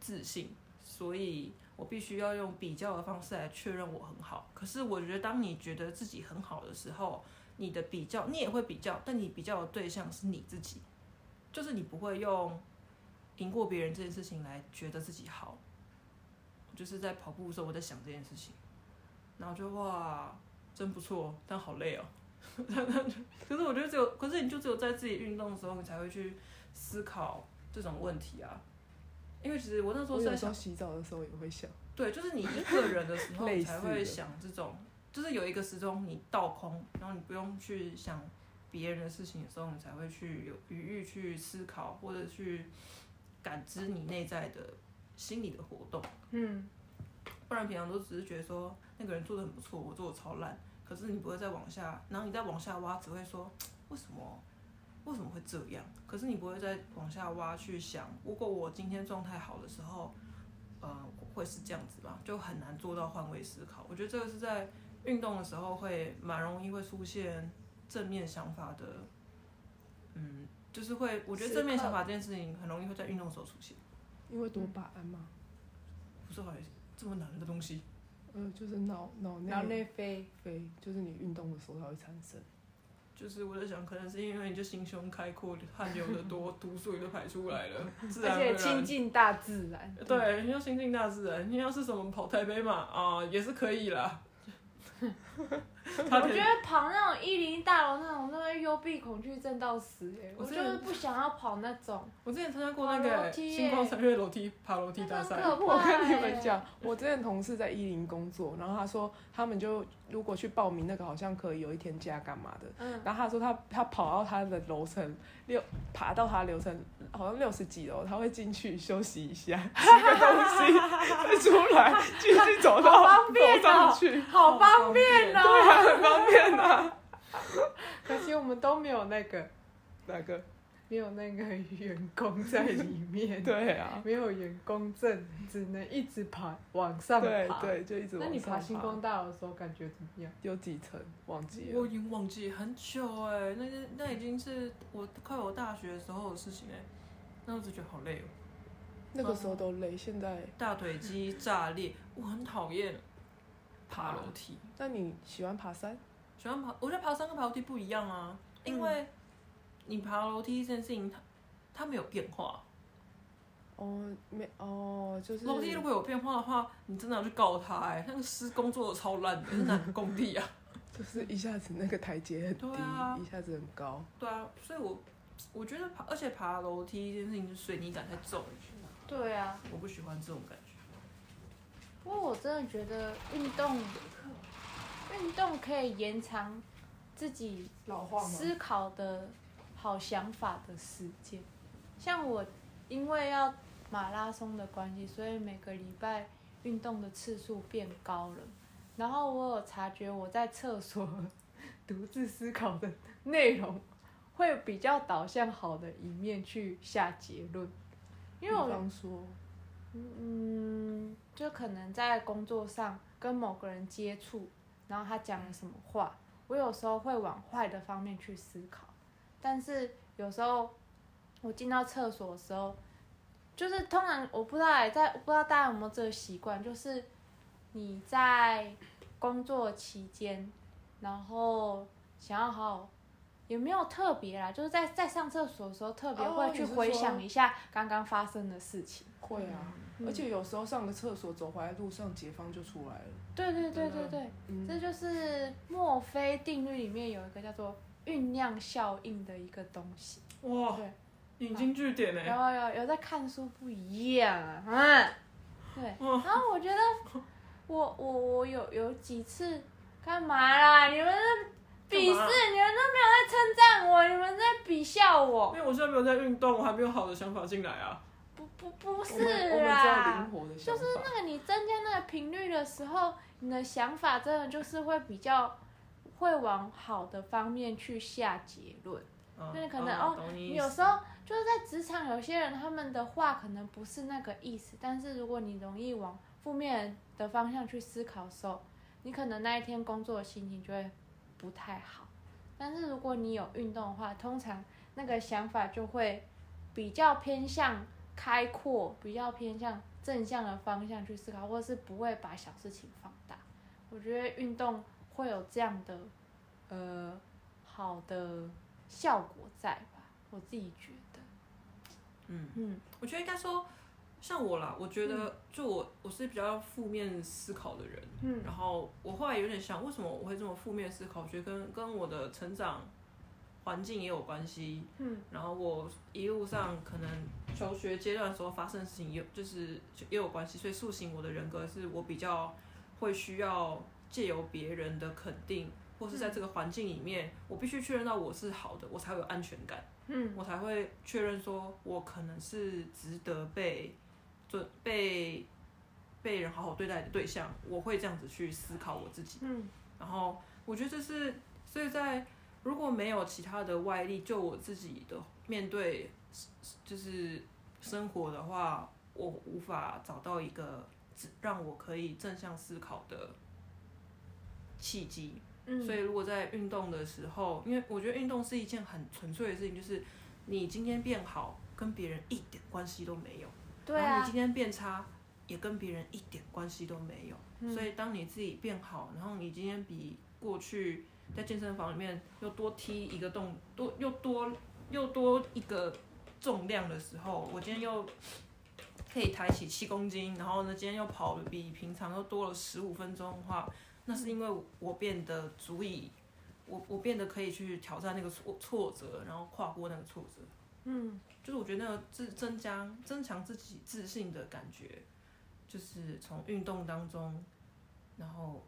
[SPEAKER 2] 自信，所以我必须要用比较的方式来确认我很好。可是我觉得，当你觉得自己很好的时候，你的比较，你也会比较，但你比较的对象是你自己，就是你不会用赢过别人这件事情来觉得自己好。就是在跑步的时候，我在想这件事情，然后就哇，真不错，但好累哦。 (laughs) 可是我觉得只有，可是你就只有在自己运动的时候，你才会去思考这种问题啊。因为其实我那时候
[SPEAKER 3] 我
[SPEAKER 2] 是在
[SPEAKER 3] 有时
[SPEAKER 2] 想
[SPEAKER 3] 候，洗澡的时候也会想，
[SPEAKER 2] 对，就是你一个人的时候
[SPEAKER 3] (laughs) 类
[SPEAKER 2] 你
[SPEAKER 3] 似
[SPEAKER 2] 才会
[SPEAKER 3] 的
[SPEAKER 2] 想这种，就是有一个时钟你倒空，然后你不用去想别人的事情的时候，你才会去有余裕去思考或者去感知你内在的心理的活动。
[SPEAKER 1] 嗯，
[SPEAKER 2] 不然平常都只是觉得说那个人做的很不错，我做的超烂。可是你不会再往下，然后你再往下挖，只会说为什么为什么会这样？可是你不会再往下挖去想，如果我今天状态好的时候，呃，会是这样子吧？就很难做到换位思考。我觉得这个是在运动的时候会蛮容易会出现正面想法的，嗯，就是会我觉得
[SPEAKER 1] 时
[SPEAKER 2] 正面
[SPEAKER 1] 刻
[SPEAKER 2] 想法这件事情很容易会在运动的时候出现。
[SPEAKER 3] 因为多巴胺嘛，
[SPEAKER 2] 不是好像这么难的东西。
[SPEAKER 3] 呃，就是脑脑
[SPEAKER 1] 然后
[SPEAKER 3] 内
[SPEAKER 1] 内飞，
[SPEAKER 3] 啡，就是你运动的时候它会产生。
[SPEAKER 2] 就是我在想，可能是因为你就心胸开阔，汗流的 (laughs) 多，毒素也就排出来了，自
[SPEAKER 1] 而
[SPEAKER 2] 然而
[SPEAKER 1] 且亲
[SPEAKER 2] 然。
[SPEAKER 1] 近大自然，
[SPEAKER 2] 对，你要亲近大自然。你要是什么跑台北马啊、也是可以 (laughs) 啦。他
[SPEAKER 1] 我觉得跑那种一零大楼那种，那会幽闭恐惧症到死、欸、
[SPEAKER 2] 我
[SPEAKER 1] 我
[SPEAKER 2] 是
[SPEAKER 1] 就是不想要跑那种，
[SPEAKER 2] 我之前参加过那个
[SPEAKER 1] 爬楼梯耶
[SPEAKER 2] 星光三月楼梯爬楼梯
[SPEAKER 1] 那
[SPEAKER 2] 大
[SPEAKER 1] 个很
[SPEAKER 2] 赛，
[SPEAKER 1] 可
[SPEAKER 3] (laughs) 我
[SPEAKER 1] 怕、欸。
[SPEAKER 3] 跟你们讲，我之前同事在一零工作，然后他说他们就如果去报名那个好像可以有一天假干嘛的，
[SPEAKER 1] 嗯，
[SPEAKER 3] 然后他说他他跑到他的楼层六，爬到他楼层好像六十几楼，他会进去休息一下，吃个东西，再出来继续走到
[SPEAKER 1] 好方便哦
[SPEAKER 3] 楼上去，
[SPEAKER 1] 好方便
[SPEAKER 2] 好啊
[SPEAKER 1] 哦、
[SPEAKER 3] 很方便啊。
[SPEAKER 1] 可惜我们都没有那个，
[SPEAKER 3] 哪个？
[SPEAKER 1] 没有那个员工在里面，
[SPEAKER 3] 对啊，
[SPEAKER 1] 没有员工证，只能一直爬往上
[SPEAKER 3] 对
[SPEAKER 1] 爬。
[SPEAKER 3] 对，就一直往
[SPEAKER 1] 那
[SPEAKER 3] 上
[SPEAKER 1] 你爬星光大楼的时候感觉怎么样？
[SPEAKER 3] 有几层忘记
[SPEAKER 2] 我
[SPEAKER 3] 了
[SPEAKER 2] 已经忘记很久哎、那是那已经是我快我大学的时候的事情哎、那我就觉得好累哦，
[SPEAKER 3] 那个时候都累，现在。
[SPEAKER 2] 大腿肌炸裂，我很讨厌爬楼梯。
[SPEAKER 3] 那你喜欢爬山？
[SPEAKER 2] 喜嗯欢爬，我觉得爬山跟爬楼梯不一样啊，因为你爬楼梯这件事情，它它没有变化。
[SPEAKER 3] 哦，没哦，就是
[SPEAKER 2] 楼梯如果有变化的话，你真的要去告他哎、那个施工做的超 (laughs) 烂的，是哪个工地啊？
[SPEAKER 3] 就是一下子那个台阶很低，
[SPEAKER 2] 对啊
[SPEAKER 3] 一下子很高。
[SPEAKER 2] 对啊，所以我我觉得爬，而且爬楼梯这件事情，水泥感太重了，
[SPEAKER 1] 对啊，
[SPEAKER 2] 我不喜欢这种感觉。
[SPEAKER 1] 不过我真的觉得运动，运动可以延长自己
[SPEAKER 3] 老化
[SPEAKER 1] 思考的好想法的时间。像我，因为要马拉松的关系，所以每个礼拜运动的次数变高了。然后我有察觉我在厕所 (laughs) 独自思考的内容，会比较导向好的一面去下结论，因为我
[SPEAKER 3] 比方说，
[SPEAKER 1] 嗯，就可能在工作上跟某个人接触，然后他讲了什么话，我有时候会往坏的方面去思考，但是有时候我进到厕所的时候，就是通常我不知道欸在我不知道大家有没有这个习惯，就是你在工作期间，然后想要好好。也没有特别啦，就是在在上厕所的时候，特别
[SPEAKER 3] 哦
[SPEAKER 1] 会
[SPEAKER 3] 你
[SPEAKER 1] 去
[SPEAKER 3] 是
[SPEAKER 1] 回
[SPEAKER 3] 说
[SPEAKER 1] 想一下刚刚发生的事情。
[SPEAKER 3] 会啊，
[SPEAKER 1] 嗯
[SPEAKER 3] 而且有时候上个厕所走回来路上，解放就出来了。
[SPEAKER 1] 对对对
[SPEAKER 2] 真
[SPEAKER 1] 对
[SPEAKER 2] 的
[SPEAKER 1] 对，
[SPEAKER 3] 嗯，
[SPEAKER 1] 这就是墨菲定律里面有一个叫做酝酿效应的一个东西。
[SPEAKER 2] 哇
[SPEAKER 1] 对，
[SPEAKER 2] 引经据典哎、
[SPEAKER 1] 然后有有在看书不一样啊，嗯，对。
[SPEAKER 2] 嗯
[SPEAKER 1] 然后我觉得我我我有有几次干嘛啦？你们在鄙视，你
[SPEAKER 2] 干嘛
[SPEAKER 1] 们都没有在称赞我，你们在比笑
[SPEAKER 2] 因
[SPEAKER 1] 我，
[SPEAKER 2] 为我现在没有在运动，我还没有好的想法进来啊。
[SPEAKER 1] 不不不
[SPEAKER 3] 我们
[SPEAKER 1] 哦是啊
[SPEAKER 3] 我们只要
[SPEAKER 1] 啦
[SPEAKER 3] 灵。活的想法。
[SPEAKER 1] 那你增加那个频率的时候，你的想法真的就是会比较会往好的方面去下结论。
[SPEAKER 2] 嗯
[SPEAKER 1] 就是可能
[SPEAKER 2] 啊
[SPEAKER 1] 哦
[SPEAKER 2] 懂你
[SPEAKER 1] 你
[SPEAKER 2] 意思
[SPEAKER 1] 有时候就是在职场，有些人他们的话可能不是那个意思，但是如果你容易往负面的方向去思考的时候，你可能那一天工作的心情就会不太好。但是如果你有运动的话，通常那个想法就会比较偏向开阔，比较偏向正向的方向去思考，或者是不会把小事情放大。我觉得运动会有这样的呃好的效果在吧，我自己觉得。
[SPEAKER 2] 嗯
[SPEAKER 1] 嗯，
[SPEAKER 2] 我觉得应该说，像我啦，我觉得就我我是比较负面思考的人，
[SPEAKER 1] 嗯
[SPEAKER 2] 然后我后来有点想，为什么我会这么负面思考？我觉得跟跟我的成长环境也有关系，
[SPEAKER 1] 嗯，
[SPEAKER 2] 然后我一路上可能求学阶段的时候发生的事情也有，就是也有关系，所以塑形我的人格是我比较会需要借由别人的肯定，或是在这个环境里面，我必须确认到我是好的，我才有安全感。
[SPEAKER 1] 嗯，
[SPEAKER 2] 我才会确认说，我可能是值得被尊被被人好好对待的对象，我会这样子去思考我自己。
[SPEAKER 1] 嗯，
[SPEAKER 2] 然后我觉得这是，所以在如果没有其他的外力，就我自己的面对就是生活的话，我无法找到一个只让我可以正向思考的契机。
[SPEAKER 1] 嗯，
[SPEAKER 2] 所以如果在运动的时候，因为我觉得运动是一件很纯粹的事情，就是你今天变好，跟别人一点关系都没有；
[SPEAKER 1] 对
[SPEAKER 2] 然后你
[SPEAKER 1] 啊
[SPEAKER 2] 今，天变差，也跟别人一点关系都没有。
[SPEAKER 1] 嗯
[SPEAKER 2] 所以当你自己变好，然后你今天比过去在健身房里面又多踢一个动，多又多又多一个重量的时候，我今天又可以抬起七公斤，然后呢，今天又跑得比平常又多了十五分钟的话，那是因为我变得足以，我我变得可以去挑战那个挫挫折，然后跨过那个挫折。
[SPEAKER 1] 嗯，
[SPEAKER 2] 就是我觉得那个自增加增强自己自信的感觉，就是从运动当中，然后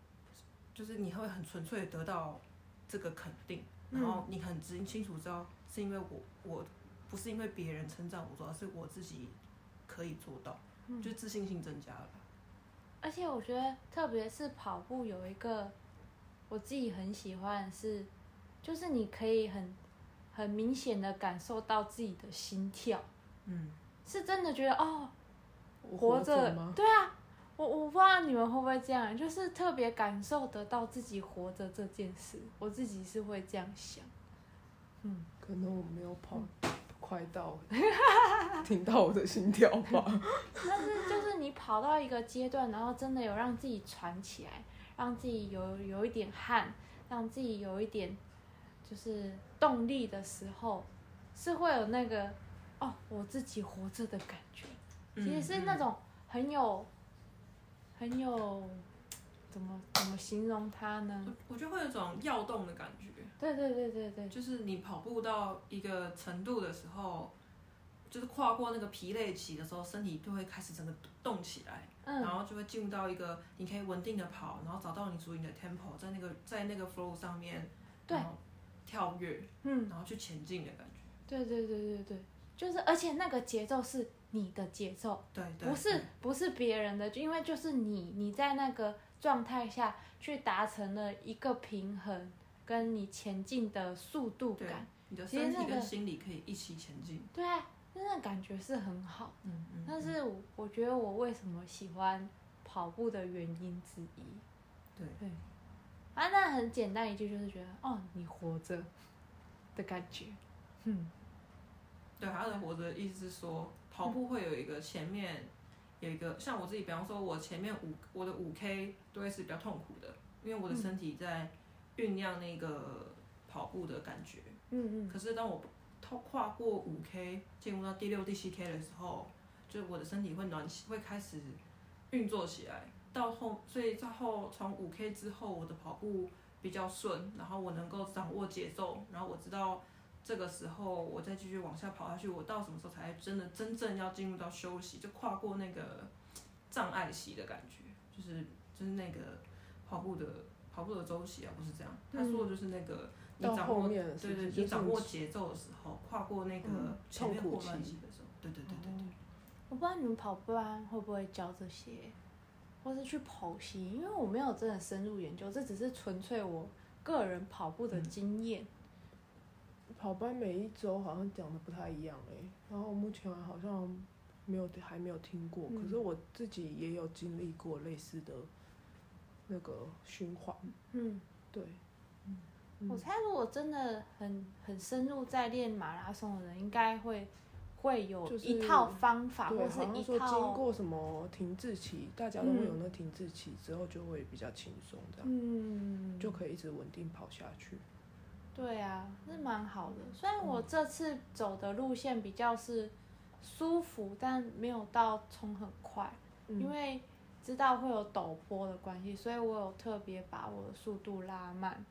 [SPEAKER 2] 就是你会很纯粹地得到这个肯定，
[SPEAKER 1] 嗯
[SPEAKER 2] 然后你很清清楚知道是因为我我不是因为别人称赞我做到，主要是我自己可以做到，
[SPEAKER 1] 嗯
[SPEAKER 2] 就自信心增加了吧。
[SPEAKER 1] 而且我觉得，特别是跑步有一个我自己很喜欢的是，就是你可以很很明显的感受到自己的心跳，
[SPEAKER 2] 嗯，
[SPEAKER 1] 是真的觉得哦，
[SPEAKER 3] 我
[SPEAKER 1] 活
[SPEAKER 3] 着
[SPEAKER 1] 着
[SPEAKER 3] 吗？
[SPEAKER 1] 对啊，我我不知道你们会不会这样，就是特别感受得到自己活着这件事，我自己是会这样想。嗯，
[SPEAKER 3] 可能我没有跑快到， (laughs) 听到我的心跳吧。
[SPEAKER 1] 但是就是你跑到一个阶段，然后真的有让自己喘起来，让自己有有一点汗，让自己有一点就是动力的时候，是会有那个哦，我自己活着的感觉，
[SPEAKER 2] 嗯
[SPEAKER 1] 其实是那
[SPEAKER 2] 嗯
[SPEAKER 1] 种很有、很有怎么怎么形容它呢？
[SPEAKER 2] 嗯我我觉得会有一种跃动的感觉，
[SPEAKER 1] 对对对对对，
[SPEAKER 2] 就是你跑步到一个程度的时候，就是跨过那个疲累期的时候，身体就会开始整个动起来，然
[SPEAKER 1] 嗯，
[SPEAKER 2] 后就会进入到一个你可以稳定的跑，然后找到你属于你的 tempo，在那个在那个 flow 上面，
[SPEAKER 1] 对，
[SPEAKER 2] 跳跃，
[SPEAKER 1] 嗯，
[SPEAKER 2] 然后去前进的感觉。
[SPEAKER 1] 对对对对对，就是而且那个节奏是你的节奏，
[SPEAKER 2] 对对，
[SPEAKER 1] 不是
[SPEAKER 2] 对
[SPEAKER 1] 不是别人的，就因为就是你你在那个状态下去达成了一个平衡，跟你前进的速度
[SPEAKER 2] 对
[SPEAKER 1] 感，
[SPEAKER 2] 你的
[SPEAKER 1] 其实
[SPEAKER 2] 身体
[SPEAKER 1] 那
[SPEAKER 2] 跟
[SPEAKER 1] 个
[SPEAKER 2] 心理可以一起前进。
[SPEAKER 1] 对啊，那种感觉是很好。
[SPEAKER 2] 嗯嗯
[SPEAKER 1] 但是我我觉得我为什么喜欢跑步的原因之一。
[SPEAKER 2] 对
[SPEAKER 1] 对，啊，那很简单一句就是觉得哦，你活着的感觉。嗯，
[SPEAKER 2] 对，他的活着意思是说，跑步会有一个前面有一个，像我自己，比方说，我前面五我的五 K 都会是比较痛苦的，因为我的
[SPEAKER 1] 嗯
[SPEAKER 2] 身体在酝酿那个跑步的感觉。
[SPEAKER 1] 嗯嗯，
[SPEAKER 2] 可是当我透跨过五 K 进入到第六、第七 K 的时候，就我的身体会暖起，会开始运作起来。到后，所以到后从五 K 之后，我的跑步比较顺，然后我能够掌握节奏，然后我知道这个时候我再继续往下跑下去，我到什么时候才真的真正要进入到休息，就跨过那个障碍期的感觉，就是就是那个跑步的跑步的周期啊，不是这样。他说的就是那个你
[SPEAKER 3] (laughs) 到
[SPEAKER 2] 掌
[SPEAKER 3] 后
[SPEAKER 2] 握
[SPEAKER 3] 面的
[SPEAKER 2] 嗯对对，
[SPEAKER 3] 事情
[SPEAKER 2] 你
[SPEAKER 3] 就是
[SPEAKER 2] 掌握
[SPEAKER 3] 你
[SPEAKER 2] 节奏的时候，跨过那个
[SPEAKER 3] 嗯
[SPEAKER 2] 前面
[SPEAKER 3] 痛苦
[SPEAKER 2] 过慢
[SPEAKER 3] 期
[SPEAKER 2] 期的时候，对对对对对，
[SPEAKER 1] 我不知道你们跑步啊会不会教这些，或是去剖析，因为我没有真的深入研究，这只是纯粹我个人跑步的
[SPEAKER 3] 嗯
[SPEAKER 1] 经验。
[SPEAKER 3] 跑班每一周好像讲的不太一样哎、然后目前好像没有还没有听过，
[SPEAKER 1] 嗯
[SPEAKER 3] 可是我自己也有经历过类似的那个循环，
[SPEAKER 1] 嗯
[SPEAKER 3] 对，嗯
[SPEAKER 1] 我猜，如果真的很很深入在练马拉松的人，应该会会有
[SPEAKER 3] 就是
[SPEAKER 1] 一套方法，
[SPEAKER 3] 对，
[SPEAKER 1] 或
[SPEAKER 3] 好像
[SPEAKER 1] 是
[SPEAKER 3] 说
[SPEAKER 1] 一
[SPEAKER 3] 经
[SPEAKER 1] 套
[SPEAKER 3] 过什么停滞期，大家都会有那停滞期之后就会比较轻松这样。
[SPEAKER 1] 嗯，
[SPEAKER 3] 就可以一直稳定跑下去。
[SPEAKER 1] 对啊，是蛮好的。虽然我这次走的路线比较是舒服，但没有到冲很快，
[SPEAKER 3] 嗯
[SPEAKER 1] 因为知道会有陡坡的关系，所以我有特别把我的速度拉慢，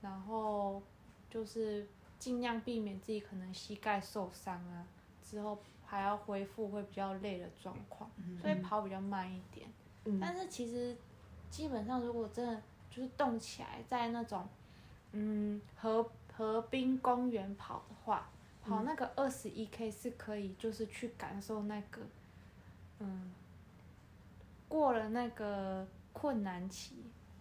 [SPEAKER 1] 然后就是尽量避免自己可能膝盖受伤啊，之后还要恢复会比较累的状况，
[SPEAKER 2] 嗯
[SPEAKER 1] 所以跑比较慢一点。
[SPEAKER 3] 嗯，
[SPEAKER 1] 但是其实基本上，如果真的就是动起来，在那种嗯河河滨公园跑的话，跑那个二十一 K 是可以，就是去感受那个嗯过了那个困难期，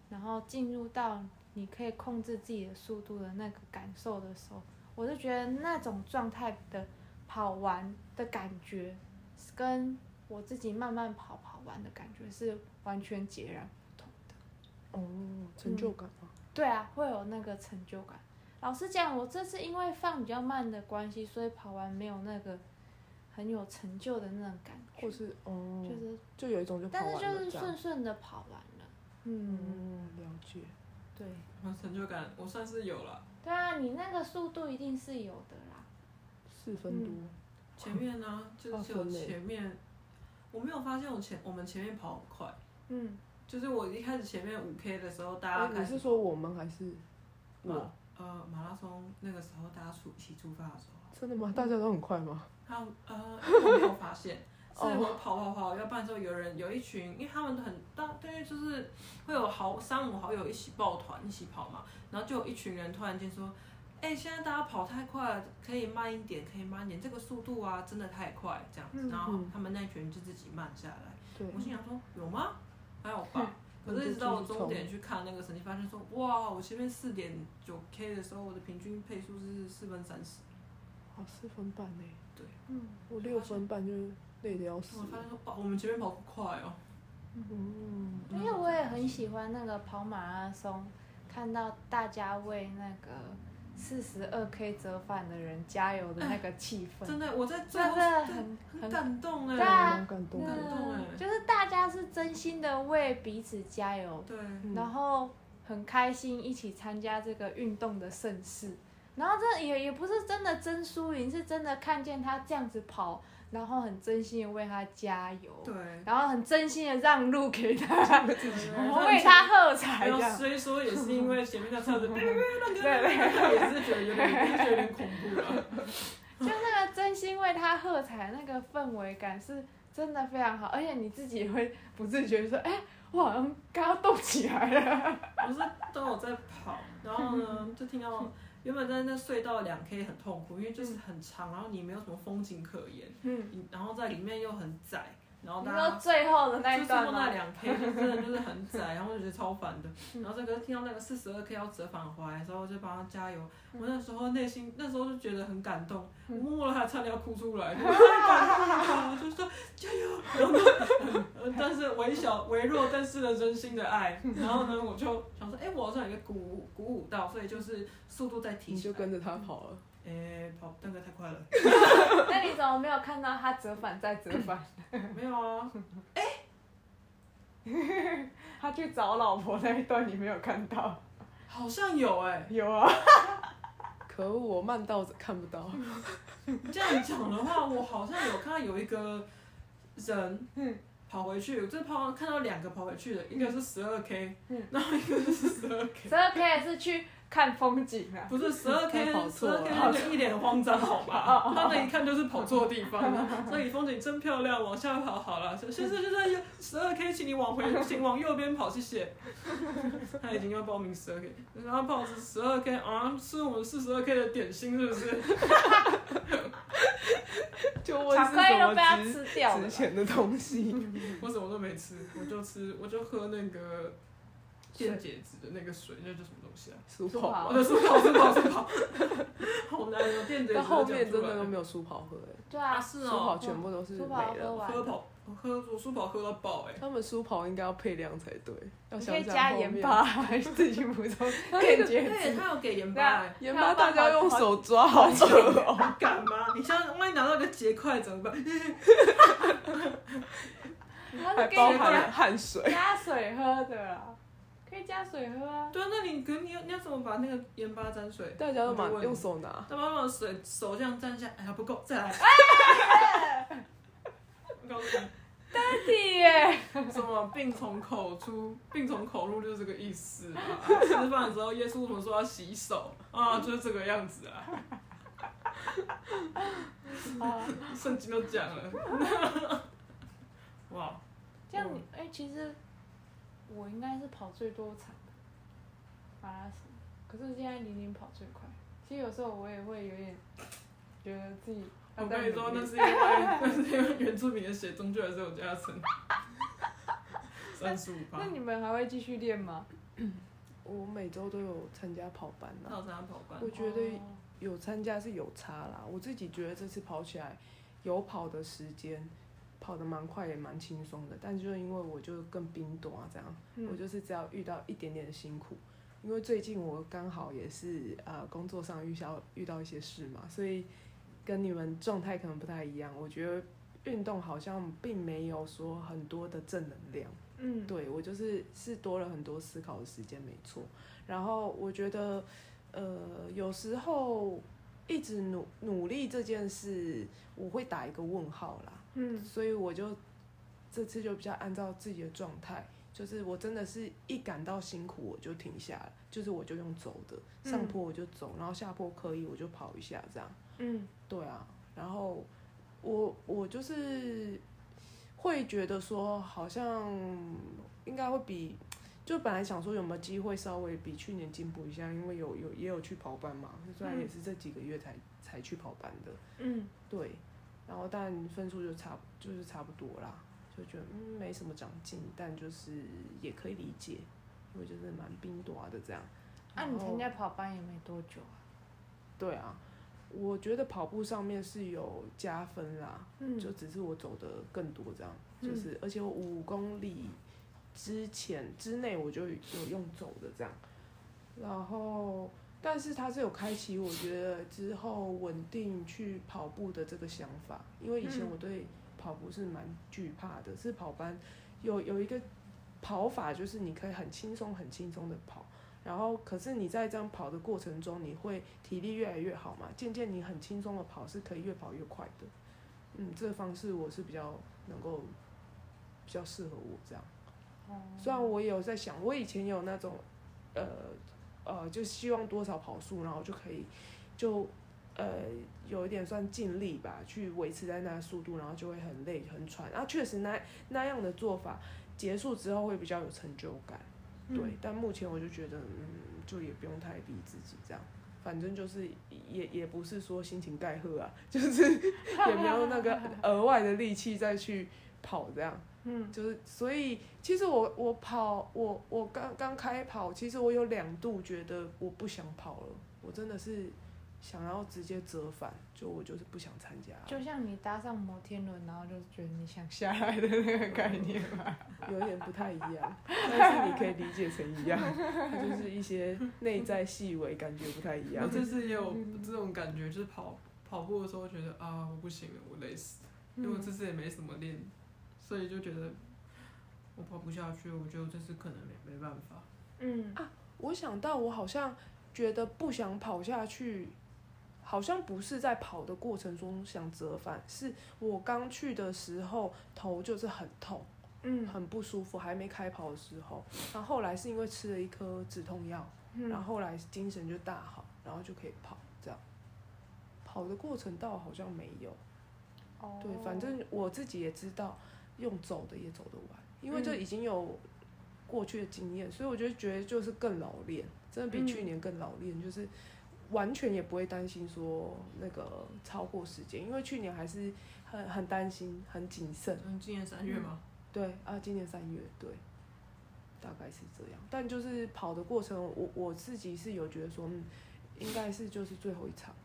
[SPEAKER 1] 然后进入到你可以控制自己的速度的那个感受的时候，我就觉得那种状态的跑完的感觉跟我自己慢慢跑跑完的感觉是完全截然不同的。
[SPEAKER 3] 哦，成就感吗？
[SPEAKER 1] 对啊，会有那个成就感。老实讲，我这次因为放比较慢的关系，所以跑完没有那个很有成就的那种感觉，
[SPEAKER 3] 或是哦，
[SPEAKER 1] 嗯就是，
[SPEAKER 3] 就有一种就跑
[SPEAKER 1] 但
[SPEAKER 3] 完
[SPEAKER 1] 是
[SPEAKER 3] 了
[SPEAKER 1] 就是
[SPEAKER 3] 这样
[SPEAKER 1] 顺。顺的跑完了。嗯，
[SPEAKER 3] 嗯，了解。
[SPEAKER 1] 对，
[SPEAKER 2] 我嗯成就感我算是有了。
[SPEAKER 1] 对啊，你那个速度一定是有的啦。
[SPEAKER 3] 四分多，
[SPEAKER 1] 嗯
[SPEAKER 2] 前面
[SPEAKER 3] (laughs)
[SPEAKER 2] 呢，就
[SPEAKER 3] 二
[SPEAKER 2] 是有
[SPEAKER 3] 哦分嘞
[SPEAKER 2] 前面，我没有发现我前我们前面跑很快，
[SPEAKER 1] 嗯，
[SPEAKER 2] 就是我一开始前面五 K 的时候，大
[SPEAKER 3] 哎
[SPEAKER 2] 家
[SPEAKER 3] 你
[SPEAKER 2] 开
[SPEAKER 3] 是
[SPEAKER 2] 始
[SPEAKER 3] 说我们还是我
[SPEAKER 2] 马？呃马拉松那个时候，大家出一起出发的时候，
[SPEAKER 3] 真的吗？大家都很快吗？。
[SPEAKER 2] 他呃因为我没有发现
[SPEAKER 3] (laughs)
[SPEAKER 2] 是我跑跑跑，要不然就有人有一群，因为他们很大，大概就是会有好三五好友一起抱团一起跑嘛，然后就有一群人突然间说，哎、现在大家跑太快了，可以慢一点，可以慢一点，这个速度啊真的太快这样子，
[SPEAKER 1] 嗯
[SPEAKER 2] 然后
[SPEAKER 3] 嗯
[SPEAKER 2] 他们那群就自己慢下来，
[SPEAKER 3] 对，
[SPEAKER 2] 我心想说有吗？还有吧。可
[SPEAKER 3] 嗯
[SPEAKER 2] 是，一直到我终
[SPEAKER 3] 就继续
[SPEAKER 2] 点去看那个成绩，发现说，哇，我前面四点九 K 的时候，我的平均配速是四分三十。
[SPEAKER 3] 好四分半呢，
[SPEAKER 1] 嗯，
[SPEAKER 3] 我六分半就累得要死
[SPEAKER 2] 我。发现说，哇，我们前面跑不快哦。
[SPEAKER 3] 嗯，
[SPEAKER 1] 啊因为我也很喜欢那个跑马拉松，看到大家为那个四十二 K 折返的人加油的那个气氛，
[SPEAKER 2] 真的，我在最
[SPEAKER 1] 真
[SPEAKER 2] 后
[SPEAKER 1] 的很
[SPEAKER 2] 很感动哎、
[SPEAKER 1] 对啊
[SPEAKER 3] 蛮感动
[SPEAKER 2] 感
[SPEAKER 3] 的。
[SPEAKER 2] 动哎
[SPEAKER 1] 嗯就是大家是真心的为彼此加油，
[SPEAKER 2] 对，
[SPEAKER 3] 嗯
[SPEAKER 1] 然后很开心一起参加这个运动的盛事，然后这也也不是真的真输赢，是真的看见他这样子跑，然后很真心的为他加油，
[SPEAKER 2] 对，
[SPEAKER 1] 然后很真心的让路给
[SPEAKER 2] (laughs)
[SPEAKER 1] 他，我
[SPEAKER 2] 然后
[SPEAKER 1] 们为他喝彩
[SPEAKER 2] 还
[SPEAKER 1] 这
[SPEAKER 2] 有
[SPEAKER 1] 样。
[SPEAKER 2] 虽说也哎是因为前面
[SPEAKER 1] (laughs)
[SPEAKER 2] 那车子，
[SPEAKER 1] 对对，
[SPEAKER 2] 也是觉得有点，也是觉得有点恐怖了。
[SPEAKER 1] 就那个真心为他喝彩那个氛围感是真的非常好，而且你自己也会不自觉地说，哎、我好像刚刚动起来了。
[SPEAKER 2] (laughs) 我是都有在跑，然后呢，就听到原本在那隧道两 K 很痛苦，因为就是很长，然后你没有什么风景可言，
[SPEAKER 1] 嗯，
[SPEAKER 2] 然后在里面又很窄，然后
[SPEAKER 1] 你
[SPEAKER 2] 大
[SPEAKER 1] 说
[SPEAKER 2] 家。
[SPEAKER 1] 最后的那
[SPEAKER 2] 就
[SPEAKER 1] 一
[SPEAKER 2] 是过
[SPEAKER 1] 段
[SPEAKER 2] 那
[SPEAKER 1] 吗？
[SPEAKER 2] 两 K 就真的就是很窄，然后我就觉得超烦的。
[SPEAKER 1] 嗯
[SPEAKER 2] 然后这个听到那个四十二 K 要折返回来的时候，就帮他加油。
[SPEAKER 1] 嗯
[SPEAKER 2] 我那时候内心那时候就觉得很感动，我
[SPEAKER 1] 嗯
[SPEAKER 2] 摸了他差点要哭出
[SPEAKER 1] (laughs)
[SPEAKER 2] 来，我太感动了，就说加油。然 (laughs) 后呢，呃但是微小微弱，但是呢真心的爱。然后呢，我就想说，哎、我好像有一个鼓舞鼓舞到，所以就是速度在提
[SPEAKER 3] 你
[SPEAKER 2] 起
[SPEAKER 3] 就
[SPEAKER 2] 来。
[SPEAKER 3] 跟着他跑了。
[SPEAKER 2] 哎、跑蛋哥太快了。
[SPEAKER 1] (laughs)
[SPEAKER 2] (laughs)
[SPEAKER 1] 那你怎么没有看到他折返再折返？
[SPEAKER 2] 没有啊，
[SPEAKER 1] (laughs) 他去找老婆那一段你没有看到？ (laughs)
[SPEAKER 2] 好像有哎、
[SPEAKER 1] 有啊，
[SPEAKER 3] 可恶，我慢到看不
[SPEAKER 1] (laughs)
[SPEAKER 3] 到。
[SPEAKER 2] 这样讲的话，我好像有看到有一个人，
[SPEAKER 1] 嗯
[SPEAKER 2] 跑回去，我这跑看到两个跑回去的，一个是十二 K，
[SPEAKER 1] 嗯
[SPEAKER 2] 然后一个是十二 K，
[SPEAKER 1] 十二 K 是去看风景 (laughs) 啊。
[SPEAKER 2] 不是十二 K，
[SPEAKER 3] 他跑
[SPEAKER 2] 十
[SPEAKER 3] 错了
[SPEAKER 2] 二 K 那个一脸慌张，好吧，他那一看就是跑错地方了，所以风景真漂亮，往下跑好了，先生先生，十二 K，请你往回，请往右边跑，谢谢。他已经要报名十二 K，然后报是十二 K 啊，是我们四十二 K 的点心是不是？
[SPEAKER 3] 就问
[SPEAKER 1] 巧
[SPEAKER 3] 是
[SPEAKER 1] 克力
[SPEAKER 3] 什
[SPEAKER 1] 都被他
[SPEAKER 3] 么值
[SPEAKER 1] 吃掉了
[SPEAKER 3] 值
[SPEAKER 1] 吧。
[SPEAKER 3] 钱的
[SPEAKER 1] (laughs)
[SPEAKER 3] 东西？ (laughs)
[SPEAKER 2] 我什么都没吃，我就吃，我就喝那个电解质的那个水，那叫什么东西啊？
[SPEAKER 3] 苏
[SPEAKER 1] 苏
[SPEAKER 3] 跑
[SPEAKER 1] 跑
[SPEAKER 2] 我
[SPEAKER 3] 吧。
[SPEAKER 2] 的苏跑，苏跑，苏跑，好难哦，电解质
[SPEAKER 3] 但后面
[SPEAKER 2] 讲
[SPEAKER 3] 真
[SPEAKER 2] 出来
[SPEAKER 3] 的都没有苏跑喝、欸，
[SPEAKER 1] 对
[SPEAKER 2] 啊，
[SPEAKER 1] 啊，
[SPEAKER 2] 是
[SPEAKER 3] 苏
[SPEAKER 2] 哦
[SPEAKER 3] 跑，全部都是
[SPEAKER 1] 苏
[SPEAKER 3] 没
[SPEAKER 1] 跑喝
[SPEAKER 3] 了。
[SPEAKER 1] 完
[SPEAKER 2] 喝
[SPEAKER 1] (laughs) 了，
[SPEAKER 2] 跑，我喝我苏跑喝到爆哎、
[SPEAKER 3] 他们苏跑应该要配量才对，要
[SPEAKER 1] 你
[SPEAKER 3] 想
[SPEAKER 1] 可以
[SPEAKER 3] 想
[SPEAKER 1] 加
[SPEAKER 3] 后
[SPEAKER 1] 盐
[SPEAKER 3] 面
[SPEAKER 1] 巴，。还是自己补 (laughs) 充电解
[SPEAKER 2] 对，
[SPEAKER 1] 质。
[SPEAKER 2] 他有给盐
[SPEAKER 1] 对啊
[SPEAKER 2] 巴、欸，
[SPEAKER 3] 盐巴大家用手抓，好久 (laughs) 哦。
[SPEAKER 2] 你敢吗？你像万一拿到一个结块怎么办？
[SPEAKER 1] 他
[SPEAKER 3] 还
[SPEAKER 1] 是给
[SPEAKER 3] 包
[SPEAKER 1] 你
[SPEAKER 2] 还
[SPEAKER 1] 加
[SPEAKER 3] 含汗水。
[SPEAKER 1] 加水喝的啦，可以加水喝啊。 (laughs)
[SPEAKER 2] 对啊，那你可你要你要怎么把那个盐巴沾水？
[SPEAKER 3] 大家都嘛
[SPEAKER 2] 我就问
[SPEAKER 3] 用手拿，
[SPEAKER 2] 他妈妈的水手这样沾一下，哎呀不够，再来。 (laughs) 我告诉你。
[SPEAKER 1] 弟 (laughs) 耶，
[SPEAKER 2] 什么病从口出，病从口入就是这个意思啊。 (laughs) 吃饭的时候，耶稣怎么说要洗手啊？就是这个样子啊，
[SPEAKER 1] 啊，
[SPEAKER 2] 圣经都讲了。 (laughs) 哇，
[SPEAKER 1] 这样你哎、其实我应该是跑最多场的马拉松，可是现在玲玲跑最快。其实有时候我也会有点觉得自己要
[SPEAKER 2] 我
[SPEAKER 1] 再
[SPEAKER 2] 跟你说，
[SPEAKER 1] 努力
[SPEAKER 2] 那是因为那是因为原住民的血中居然是有加成，三十五趴
[SPEAKER 1] 那。你们还会继续练吗？
[SPEAKER 3] 我每周都有参加跑班啊
[SPEAKER 2] 那
[SPEAKER 3] 啦，
[SPEAKER 2] 我参加跑班
[SPEAKER 3] 我，觉得
[SPEAKER 1] 哦
[SPEAKER 3] 有参加是有差啦。我自己觉得这次跑起来有跑的时间，跑得蛮快也蛮轻松的，但就是因为我就更冰冻啊这样。我
[SPEAKER 1] 嗯
[SPEAKER 3] 就是只要遇到一点点的辛苦，因为最近我刚好也是呃工作上遇到遇到一些事嘛，所以跟你们状态可能不太一样。我觉得运动好像并没有说很多的正能量，
[SPEAKER 1] 嗯，
[SPEAKER 3] 对我就是是多了很多思考的时间，没错。然后我觉得呃有时候一直努努力这件事，我会打一个问号啦。
[SPEAKER 1] 嗯
[SPEAKER 3] 所以我就这次就比较按照自己的状态，就是我真的是一感到辛苦我就停下来，就是我就用走的，
[SPEAKER 1] 嗯
[SPEAKER 3] 上坡我就走，然后下坡可以我就跑一下这样。
[SPEAKER 1] 嗯
[SPEAKER 3] 对啊，然后我我就是会觉得说，好像应该会比。就本来想说有没有机会稍微比去年进步一下，因为有有也有去跑班嘛，虽然也是这几个月才、才去跑班的，
[SPEAKER 1] 嗯，
[SPEAKER 3] 对，然后但分数就差就是差不多啦，就觉得嗯没什么长进，但就是也可以理解，因为就是蛮冰短的这样。
[SPEAKER 1] 那、
[SPEAKER 3] 然
[SPEAKER 1] 啊你
[SPEAKER 3] 后
[SPEAKER 1] 参加跑班也没多久啊。
[SPEAKER 3] 对啊，我觉得跑步上面是有加分啦，
[SPEAKER 1] 嗯
[SPEAKER 3] 就只是我走的更多这样，
[SPEAKER 1] 嗯
[SPEAKER 3] 就是、而且我五公里之前之内我就有用走的这样，然后但是它是有开启我觉得之后稳定去跑步的这个想法，因为以前
[SPEAKER 1] 嗯
[SPEAKER 3] 我对跑步是蛮惧怕的，是跑班有有一个跑法就是你可以很轻松很轻松的跑，然后可是你在这样跑的过程中，你会体力越来越好嘛，渐渐你很轻松的跑是可以越跑越快的。嗯，这个方式我是比较能够比较适合我这样。
[SPEAKER 1] 哦
[SPEAKER 3] 虽然我也有在想，我以前有那种，呃呃，就希望多少跑速，然后就可以就呃有一点算尽力吧，去维持在那个速度，然后就会很累很喘。然后确实那那样的做法结束之后会比较有成就感，
[SPEAKER 1] 嗯
[SPEAKER 3] 对。
[SPEAKER 1] (laughs)
[SPEAKER 3] 但目前我就觉得，嗯，就也不用太逼自己这样。反正就是也也不是说心情盖喝啊，就是也没有那
[SPEAKER 1] (laughs)
[SPEAKER 3] 个额外的力气再去跑这样。
[SPEAKER 2] 嗯，
[SPEAKER 3] 就是所以，其实我我跑我我刚刚开跑，其实我有两度觉得我不想跑了，我真的是想要直接折返，就我就是不想参加了，
[SPEAKER 1] (laughs) 就像你搭上摩天轮，然后就觉得你想下来的那个概念吧。
[SPEAKER 3] 有点不太一样，但是你可以理解成一样，它就是一些内在细微感觉不太一样
[SPEAKER 2] 我。这次也有这种感觉，就是跑跑步的时候觉得啊，我不行了，我累死了，
[SPEAKER 1] 嗯
[SPEAKER 2] 因为我这次也没什么练，所以就觉得我跑不下去，我觉得我这次可能没没办法。
[SPEAKER 1] 嗯，
[SPEAKER 3] 我想到我好像觉得不想跑下去，好像不是在跑的过程中想折返，是我刚去的时候头就是很痛。
[SPEAKER 1] 嗯
[SPEAKER 3] 很不舒服，还没开跑的时候，然后后来是因为吃了一颗止痛药，
[SPEAKER 1] 嗯
[SPEAKER 3] 然后后来精神就大好，然后就可以跑这样。跑的过程倒好像没有，
[SPEAKER 1] 哦
[SPEAKER 3] 对，反正我自己也知道，用走的也走得完，因为这
[SPEAKER 1] 嗯
[SPEAKER 3] 已经有过去的经验，所以我就觉得就是更老练，真的比去年更老练，就是完全也不会担心说那个超过时间，因为去年还是很很担心，很谨慎。
[SPEAKER 2] 嗯，今年三月嘛，
[SPEAKER 3] 对啊，今年三月对，大概是这样。但就是跑的过程，我我自己是有觉得说，嗯，应该是就是最后一场，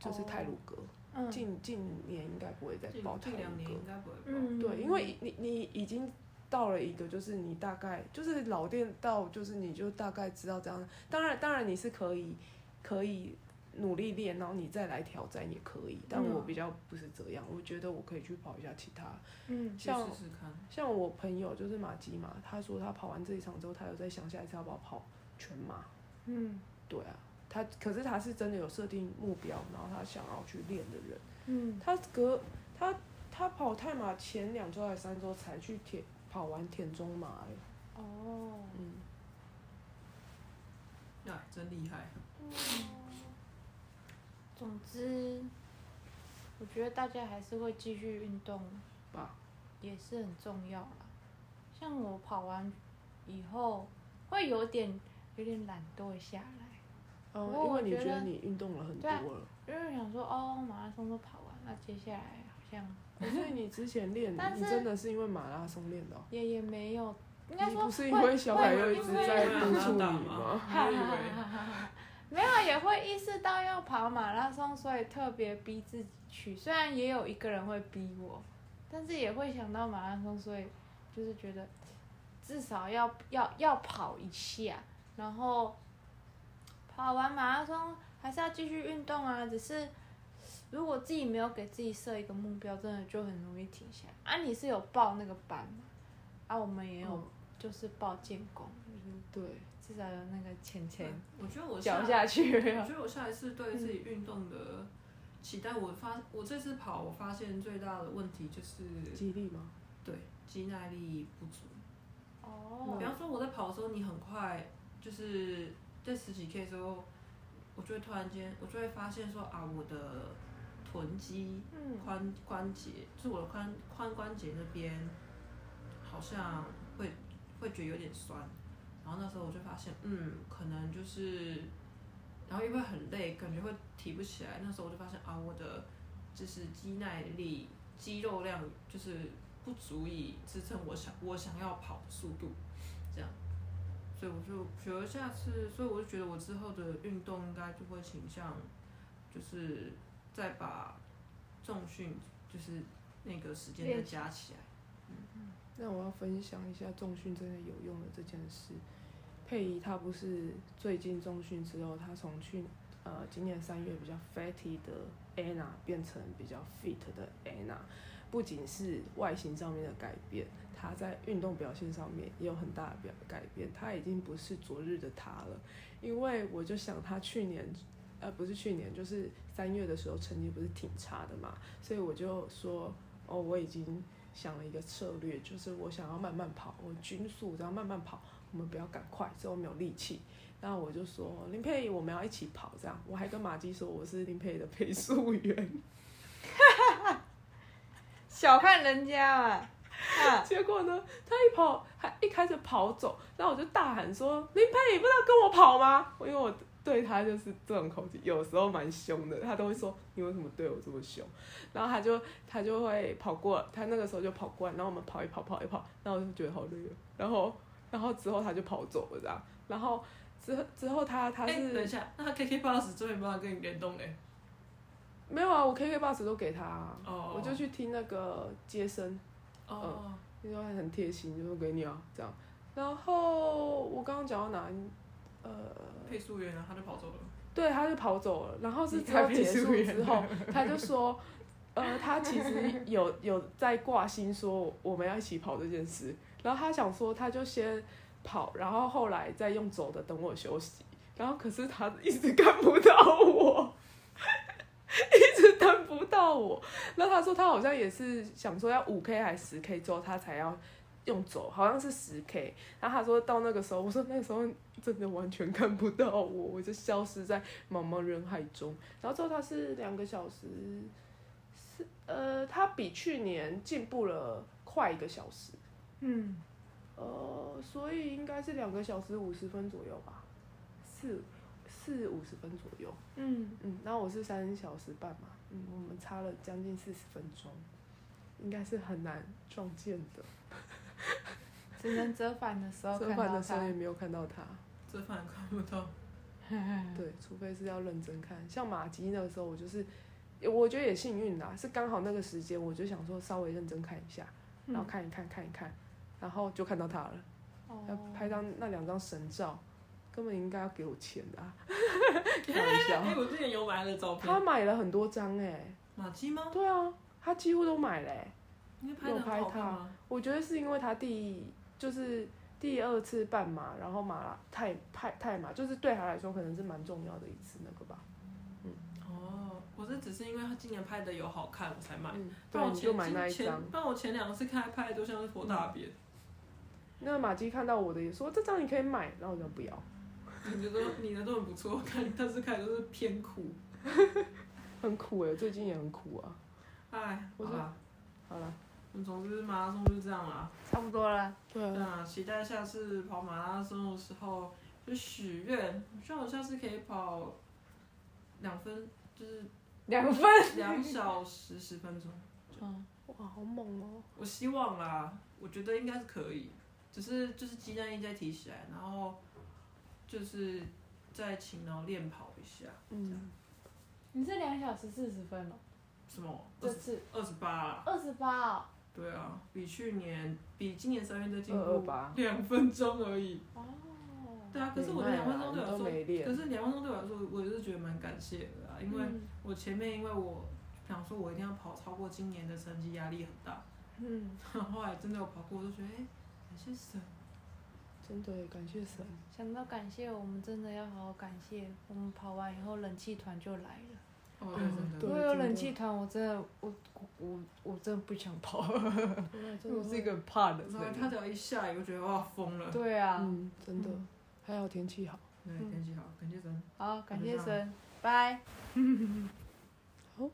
[SPEAKER 3] 就是泰鲁格，
[SPEAKER 1] 嗯
[SPEAKER 3] 近近年应该不会再
[SPEAKER 2] 近
[SPEAKER 3] 报泰
[SPEAKER 2] 近
[SPEAKER 3] 鲁
[SPEAKER 2] 两年
[SPEAKER 3] 格
[SPEAKER 2] 应。该不会吧？
[SPEAKER 1] 嗯，
[SPEAKER 3] 对，因为你你已经到了一个，就是你大概就是老练到，就是你就大概知道这样。当然，当然你是可以可以努力练，然后你再来挑战也可以。但
[SPEAKER 1] 嗯
[SPEAKER 3] 我比较不是这样，我觉得我可以去跑一下其他。
[SPEAKER 1] 嗯
[SPEAKER 2] 去
[SPEAKER 3] 像
[SPEAKER 2] 试试看。
[SPEAKER 3] 像我朋友就是马吉嘛，他说他跑完这一场之后，他有在想下一次要不要跑全马。
[SPEAKER 1] 嗯
[SPEAKER 3] 对啊，他可是他是真的有设定目标，然后他想要去练的人。
[SPEAKER 1] 嗯
[SPEAKER 3] 他隔他他跑泰马前两周还是三周才去田跑完田中马、欸，
[SPEAKER 1] 哦，
[SPEAKER 3] 嗯，
[SPEAKER 2] 呀、真厉害！
[SPEAKER 1] 总之，我觉得大家还是会继续运动，
[SPEAKER 3] 吧，
[SPEAKER 1] 也是很重要啦。像我跑完以后，会有点有点懒惰下来。
[SPEAKER 3] 嗯，
[SPEAKER 1] 不过
[SPEAKER 3] 因为
[SPEAKER 1] 哦我
[SPEAKER 3] 你
[SPEAKER 1] 觉
[SPEAKER 3] 觉得
[SPEAKER 1] 得
[SPEAKER 3] 你运动了很
[SPEAKER 1] 对啊
[SPEAKER 3] 多了， (laughs)
[SPEAKER 1] 因为想说哦，马拉松都跑完，那接下来好像
[SPEAKER 3] 可是你之前练，
[SPEAKER 1] 但
[SPEAKER 3] 你
[SPEAKER 1] 是
[SPEAKER 3] 真的是因为马拉松练的哦、
[SPEAKER 1] 也也没有，应该
[SPEAKER 3] 你
[SPEAKER 1] 说
[SPEAKER 3] 不是因
[SPEAKER 1] 会
[SPEAKER 3] 为小孩
[SPEAKER 1] 会
[SPEAKER 3] 又一
[SPEAKER 1] 因
[SPEAKER 3] 直
[SPEAKER 1] 为
[SPEAKER 2] 会
[SPEAKER 3] 在督
[SPEAKER 2] 让他
[SPEAKER 3] 促你
[SPEAKER 2] 打
[SPEAKER 3] 吗？
[SPEAKER 2] 我以为
[SPEAKER 1] 没有啊也会意识到要跑马拉松，所以特别逼自己去。虽然也有一个人会逼我，但是也会想到马拉松，所以就是觉得至少要要要跑一下，然后跑完马拉松还是要继续运动啊。只是如果自己没有给自己设一个目标，真的就很容易停下来。啊，你是有报那个班吗？啊，我们也有，
[SPEAKER 3] 嗯
[SPEAKER 1] 就是报建工，就是
[SPEAKER 3] 对，
[SPEAKER 1] 至少有那个钱钱
[SPEAKER 2] 我觉得我
[SPEAKER 1] 脚
[SPEAKER 2] 下，
[SPEAKER 1] 下去。 (laughs)
[SPEAKER 2] 我啊觉得我下一次对自己运动的期待，我发我这次跑，我发现最大的问题就是
[SPEAKER 3] 激励吗？
[SPEAKER 2] 对肌耐力不足。
[SPEAKER 1] 哦
[SPEAKER 2] 比方说我在跑的时候，你很快就是在十几 K 的时候，我就会突然间，我就会发现说啊，我的臀肌、
[SPEAKER 1] 嗯
[SPEAKER 2] 髋关节，就是我的髋髋关节那边好像会会觉得有点酸，然后那时候我就发现，嗯，可能就是，然后因为很累，感觉会提不起来，那时候我就发现啊，我的就是肌耐力、肌肉量就是不足以支撑我想我想要跑的速度，这样。所以我就觉得下次，所以我就觉得我之后的运动应该就会倾向，就是再把重训就是那个时间再
[SPEAKER 1] 练
[SPEAKER 2] 加起来。
[SPEAKER 3] 那我要分享一下重训真的有用的这件事。佩仪她不是最近重训之后，她从去呃今年三月比较 fatty 的 Anna 变成比较 fit 的 Anna，不仅是外形上面的改变，他在运动表现上面也有很大的表改变。他已经不是昨日的他了，因为我就想他去年，呃，不是去年，就是三月的时候成绩不是挺差的嘛，所以我就说，哦，我已经想了一个策略，就是我想要慢慢跑，我均速然后慢慢跑，我们不要赶快，这我没有力气。那我就说林佩仪，我们要一起跑，这样。我还跟马姬说我是林佩仪的配速员，
[SPEAKER 1] 小看人家嘛。啊，
[SPEAKER 3] (laughs) 结果呢，他一跑，还一开始跑走，然后我就大喊说：“林佩，你不是要跟我跑吗？”因为我对他就是这种口气，有时候蛮凶的，他都会说：“你为什么对我这么凶？”然后他就他就会跑过，他那个时候就跑过来，然后我们跑一跑，跑一跑，然后我就觉得好累哦，然后然后之后他就跑走了这样，然后之后之后他他
[SPEAKER 2] 哎、
[SPEAKER 3] 是、
[SPEAKER 2] 等一下，那他 KK Plus 真没办法跟你联动哎、
[SPEAKER 3] 没有啊，我 KK Bus 都给他、啊，
[SPEAKER 2] 哦
[SPEAKER 3] 我就去听那个接生，
[SPEAKER 2] 哦，
[SPEAKER 3] 那说很贴心，就说给你啊这样。然后我刚刚讲到哪？呃，
[SPEAKER 2] 配速员啊，他就跑走了。
[SPEAKER 3] 对，他就跑走了。然后是
[SPEAKER 2] 你
[SPEAKER 3] 之后
[SPEAKER 2] 太
[SPEAKER 3] 结
[SPEAKER 2] 配
[SPEAKER 3] 束
[SPEAKER 2] 速员
[SPEAKER 3] 之后，他就说，呃，他其实有有在挂心说我们要一起跑这件事。然后他想说，他就先跑，然后后来再用走的等我休息。然后可是他一直看不到我，一直等不到我。然后他说他好像也是想说要五 K 还是十 K 之后他才要用走，好像是十 K。然后他说到那个时候，我说那个时候真的完全看不到我，我就消失在茫茫人海中。然后之后他是两个小时，是呃，他比去年进步了快一个小时，
[SPEAKER 1] 嗯，
[SPEAKER 3] 呃，所以应该是两个小时五十分左右吧，四四五十分左右。
[SPEAKER 1] 嗯，
[SPEAKER 3] 嗯，然后我是三小时半嘛，嗯，我们差了将近四十分钟，应该是很难撞见的。
[SPEAKER 1] 只能折返的时候
[SPEAKER 3] 吃
[SPEAKER 1] 看
[SPEAKER 3] 饭
[SPEAKER 1] 到
[SPEAKER 3] 的时候也
[SPEAKER 1] 他。
[SPEAKER 3] 没有看到他。
[SPEAKER 2] 这饭看不
[SPEAKER 3] (laughs)
[SPEAKER 2] 到，
[SPEAKER 1] 嗯
[SPEAKER 3] 对，除非是要认真看。像马吉那个时候，我就是，我觉得也幸运啦，是刚好那个时间，我就想说稍微认真看一下，然
[SPEAKER 1] 嗯
[SPEAKER 3] 后看一看看一看，然后就看到他了。
[SPEAKER 1] 哦
[SPEAKER 3] 要拍张那两张神照，根本应该要给我钱的、 (laughs) 啊，开玩
[SPEAKER 2] 哎、
[SPEAKER 3] 笑。
[SPEAKER 2] 我之前有买他的照
[SPEAKER 3] 他
[SPEAKER 2] 片，
[SPEAKER 3] 买了很多张哎、
[SPEAKER 2] 马姬吗？
[SPEAKER 3] 对啊，他几乎都买了、欸。
[SPEAKER 2] 你拍的很好看吗？
[SPEAKER 3] 我觉得是因为他第就是第二次半马，然后马拉泰泰泰马，就是对他来说可能是蛮重要的一次那个吧。
[SPEAKER 2] 哦，我是只是因为他今年拍的有好看，我才买。
[SPEAKER 3] 嗯，
[SPEAKER 2] 不
[SPEAKER 3] 对，
[SPEAKER 2] 然我
[SPEAKER 3] 你
[SPEAKER 2] 前
[SPEAKER 3] 就买那一
[SPEAKER 2] 前
[SPEAKER 3] 张。
[SPEAKER 2] 不然我前两次看他拍的都像是佛大便，
[SPEAKER 3] 那马姬看到我的也说这张你可以买，然后我就不要，
[SPEAKER 2] 你的都你的都很不错看，但是看的都是偏苦。
[SPEAKER 3] 很苦哎、我最近也很苦啊。
[SPEAKER 2] 哎，
[SPEAKER 3] 我
[SPEAKER 2] 好
[SPEAKER 3] 是
[SPEAKER 2] 吧，
[SPEAKER 3] 好了，
[SPEAKER 2] 嗯总之马拉松就是这样啦。
[SPEAKER 1] 差不多了。
[SPEAKER 3] 对啊，
[SPEAKER 2] 那期待下次跑马拉松的时候就许愿，希望我下次可以跑两分，就是
[SPEAKER 1] 两分。
[SPEAKER 2] 两小时十分钟。
[SPEAKER 1] 嗯，
[SPEAKER 3] 哇，好猛哦、
[SPEAKER 2] 我希望啦，我觉得应该是可以，只是就是鸡蛋一再提起来，然后就是再勤劳练跑一下。
[SPEAKER 3] 嗯，
[SPEAKER 1] 你是两小时四十分哦，
[SPEAKER 2] 什么二
[SPEAKER 1] 这
[SPEAKER 2] 十
[SPEAKER 1] 次
[SPEAKER 2] 二十八？
[SPEAKER 1] 二十八哦。
[SPEAKER 2] 对啊，比去年比今年三月再进步
[SPEAKER 3] 228
[SPEAKER 2] 两分钟而已。
[SPEAKER 1] 哦，
[SPEAKER 2] 对啊，可是我
[SPEAKER 3] 没
[SPEAKER 2] 的
[SPEAKER 3] 卖
[SPEAKER 2] 两分
[SPEAKER 3] 啦
[SPEAKER 2] 钟对我来
[SPEAKER 3] 你都没
[SPEAKER 2] 说，
[SPEAKER 3] 练
[SPEAKER 2] 可是两分钟对我来说，我就是觉得蛮感谢的啊，因为
[SPEAKER 1] 嗯
[SPEAKER 2] 我前面因为我想说我一定要跑超过今年的成绩，压力很大，
[SPEAKER 1] 嗯，
[SPEAKER 2] 后来真的有跑过，我就觉得哎，感谢神，
[SPEAKER 3] 真的耶感谢神。
[SPEAKER 1] 想到感谢，我们真的要好好感谢。我们跑完以后，冷气团就来了。
[SPEAKER 2] 哦，
[SPEAKER 3] 嗯
[SPEAKER 2] 真
[SPEAKER 3] 对
[SPEAKER 2] 的，
[SPEAKER 1] 如果有
[SPEAKER 3] 真的
[SPEAKER 1] 冷气团，我真的，我我我真的不想跑，
[SPEAKER 3] 对啊
[SPEAKER 1] (laughs)
[SPEAKER 3] 真的
[SPEAKER 1] 我
[SPEAKER 3] 会
[SPEAKER 1] 是一个很怕冷
[SPEAKER 2] 然
[SPEAKER 1] 的
[SPEAKER 2] 后他
[SPEAKER 1] 人。
[SPEAKER 2] 只要一下雨，我就觉得哇疯了，
[SPEAKER 1] 对啊，
[SPEAKER 3] 嗯，真的
[SPEAKER 1] 嗯，
[SPEAKER 3] 还好天气好。
[SPEAKER 2] 对，
[SPEAKER 1] 嗯
[SPEAKER 2] 天气好，感谢神。
[SPEAKER 1] 好，感谢
[SPEAKER 2] 就这
[SPEAKER 1] 神，拜。
[SPEAKER 3] 好，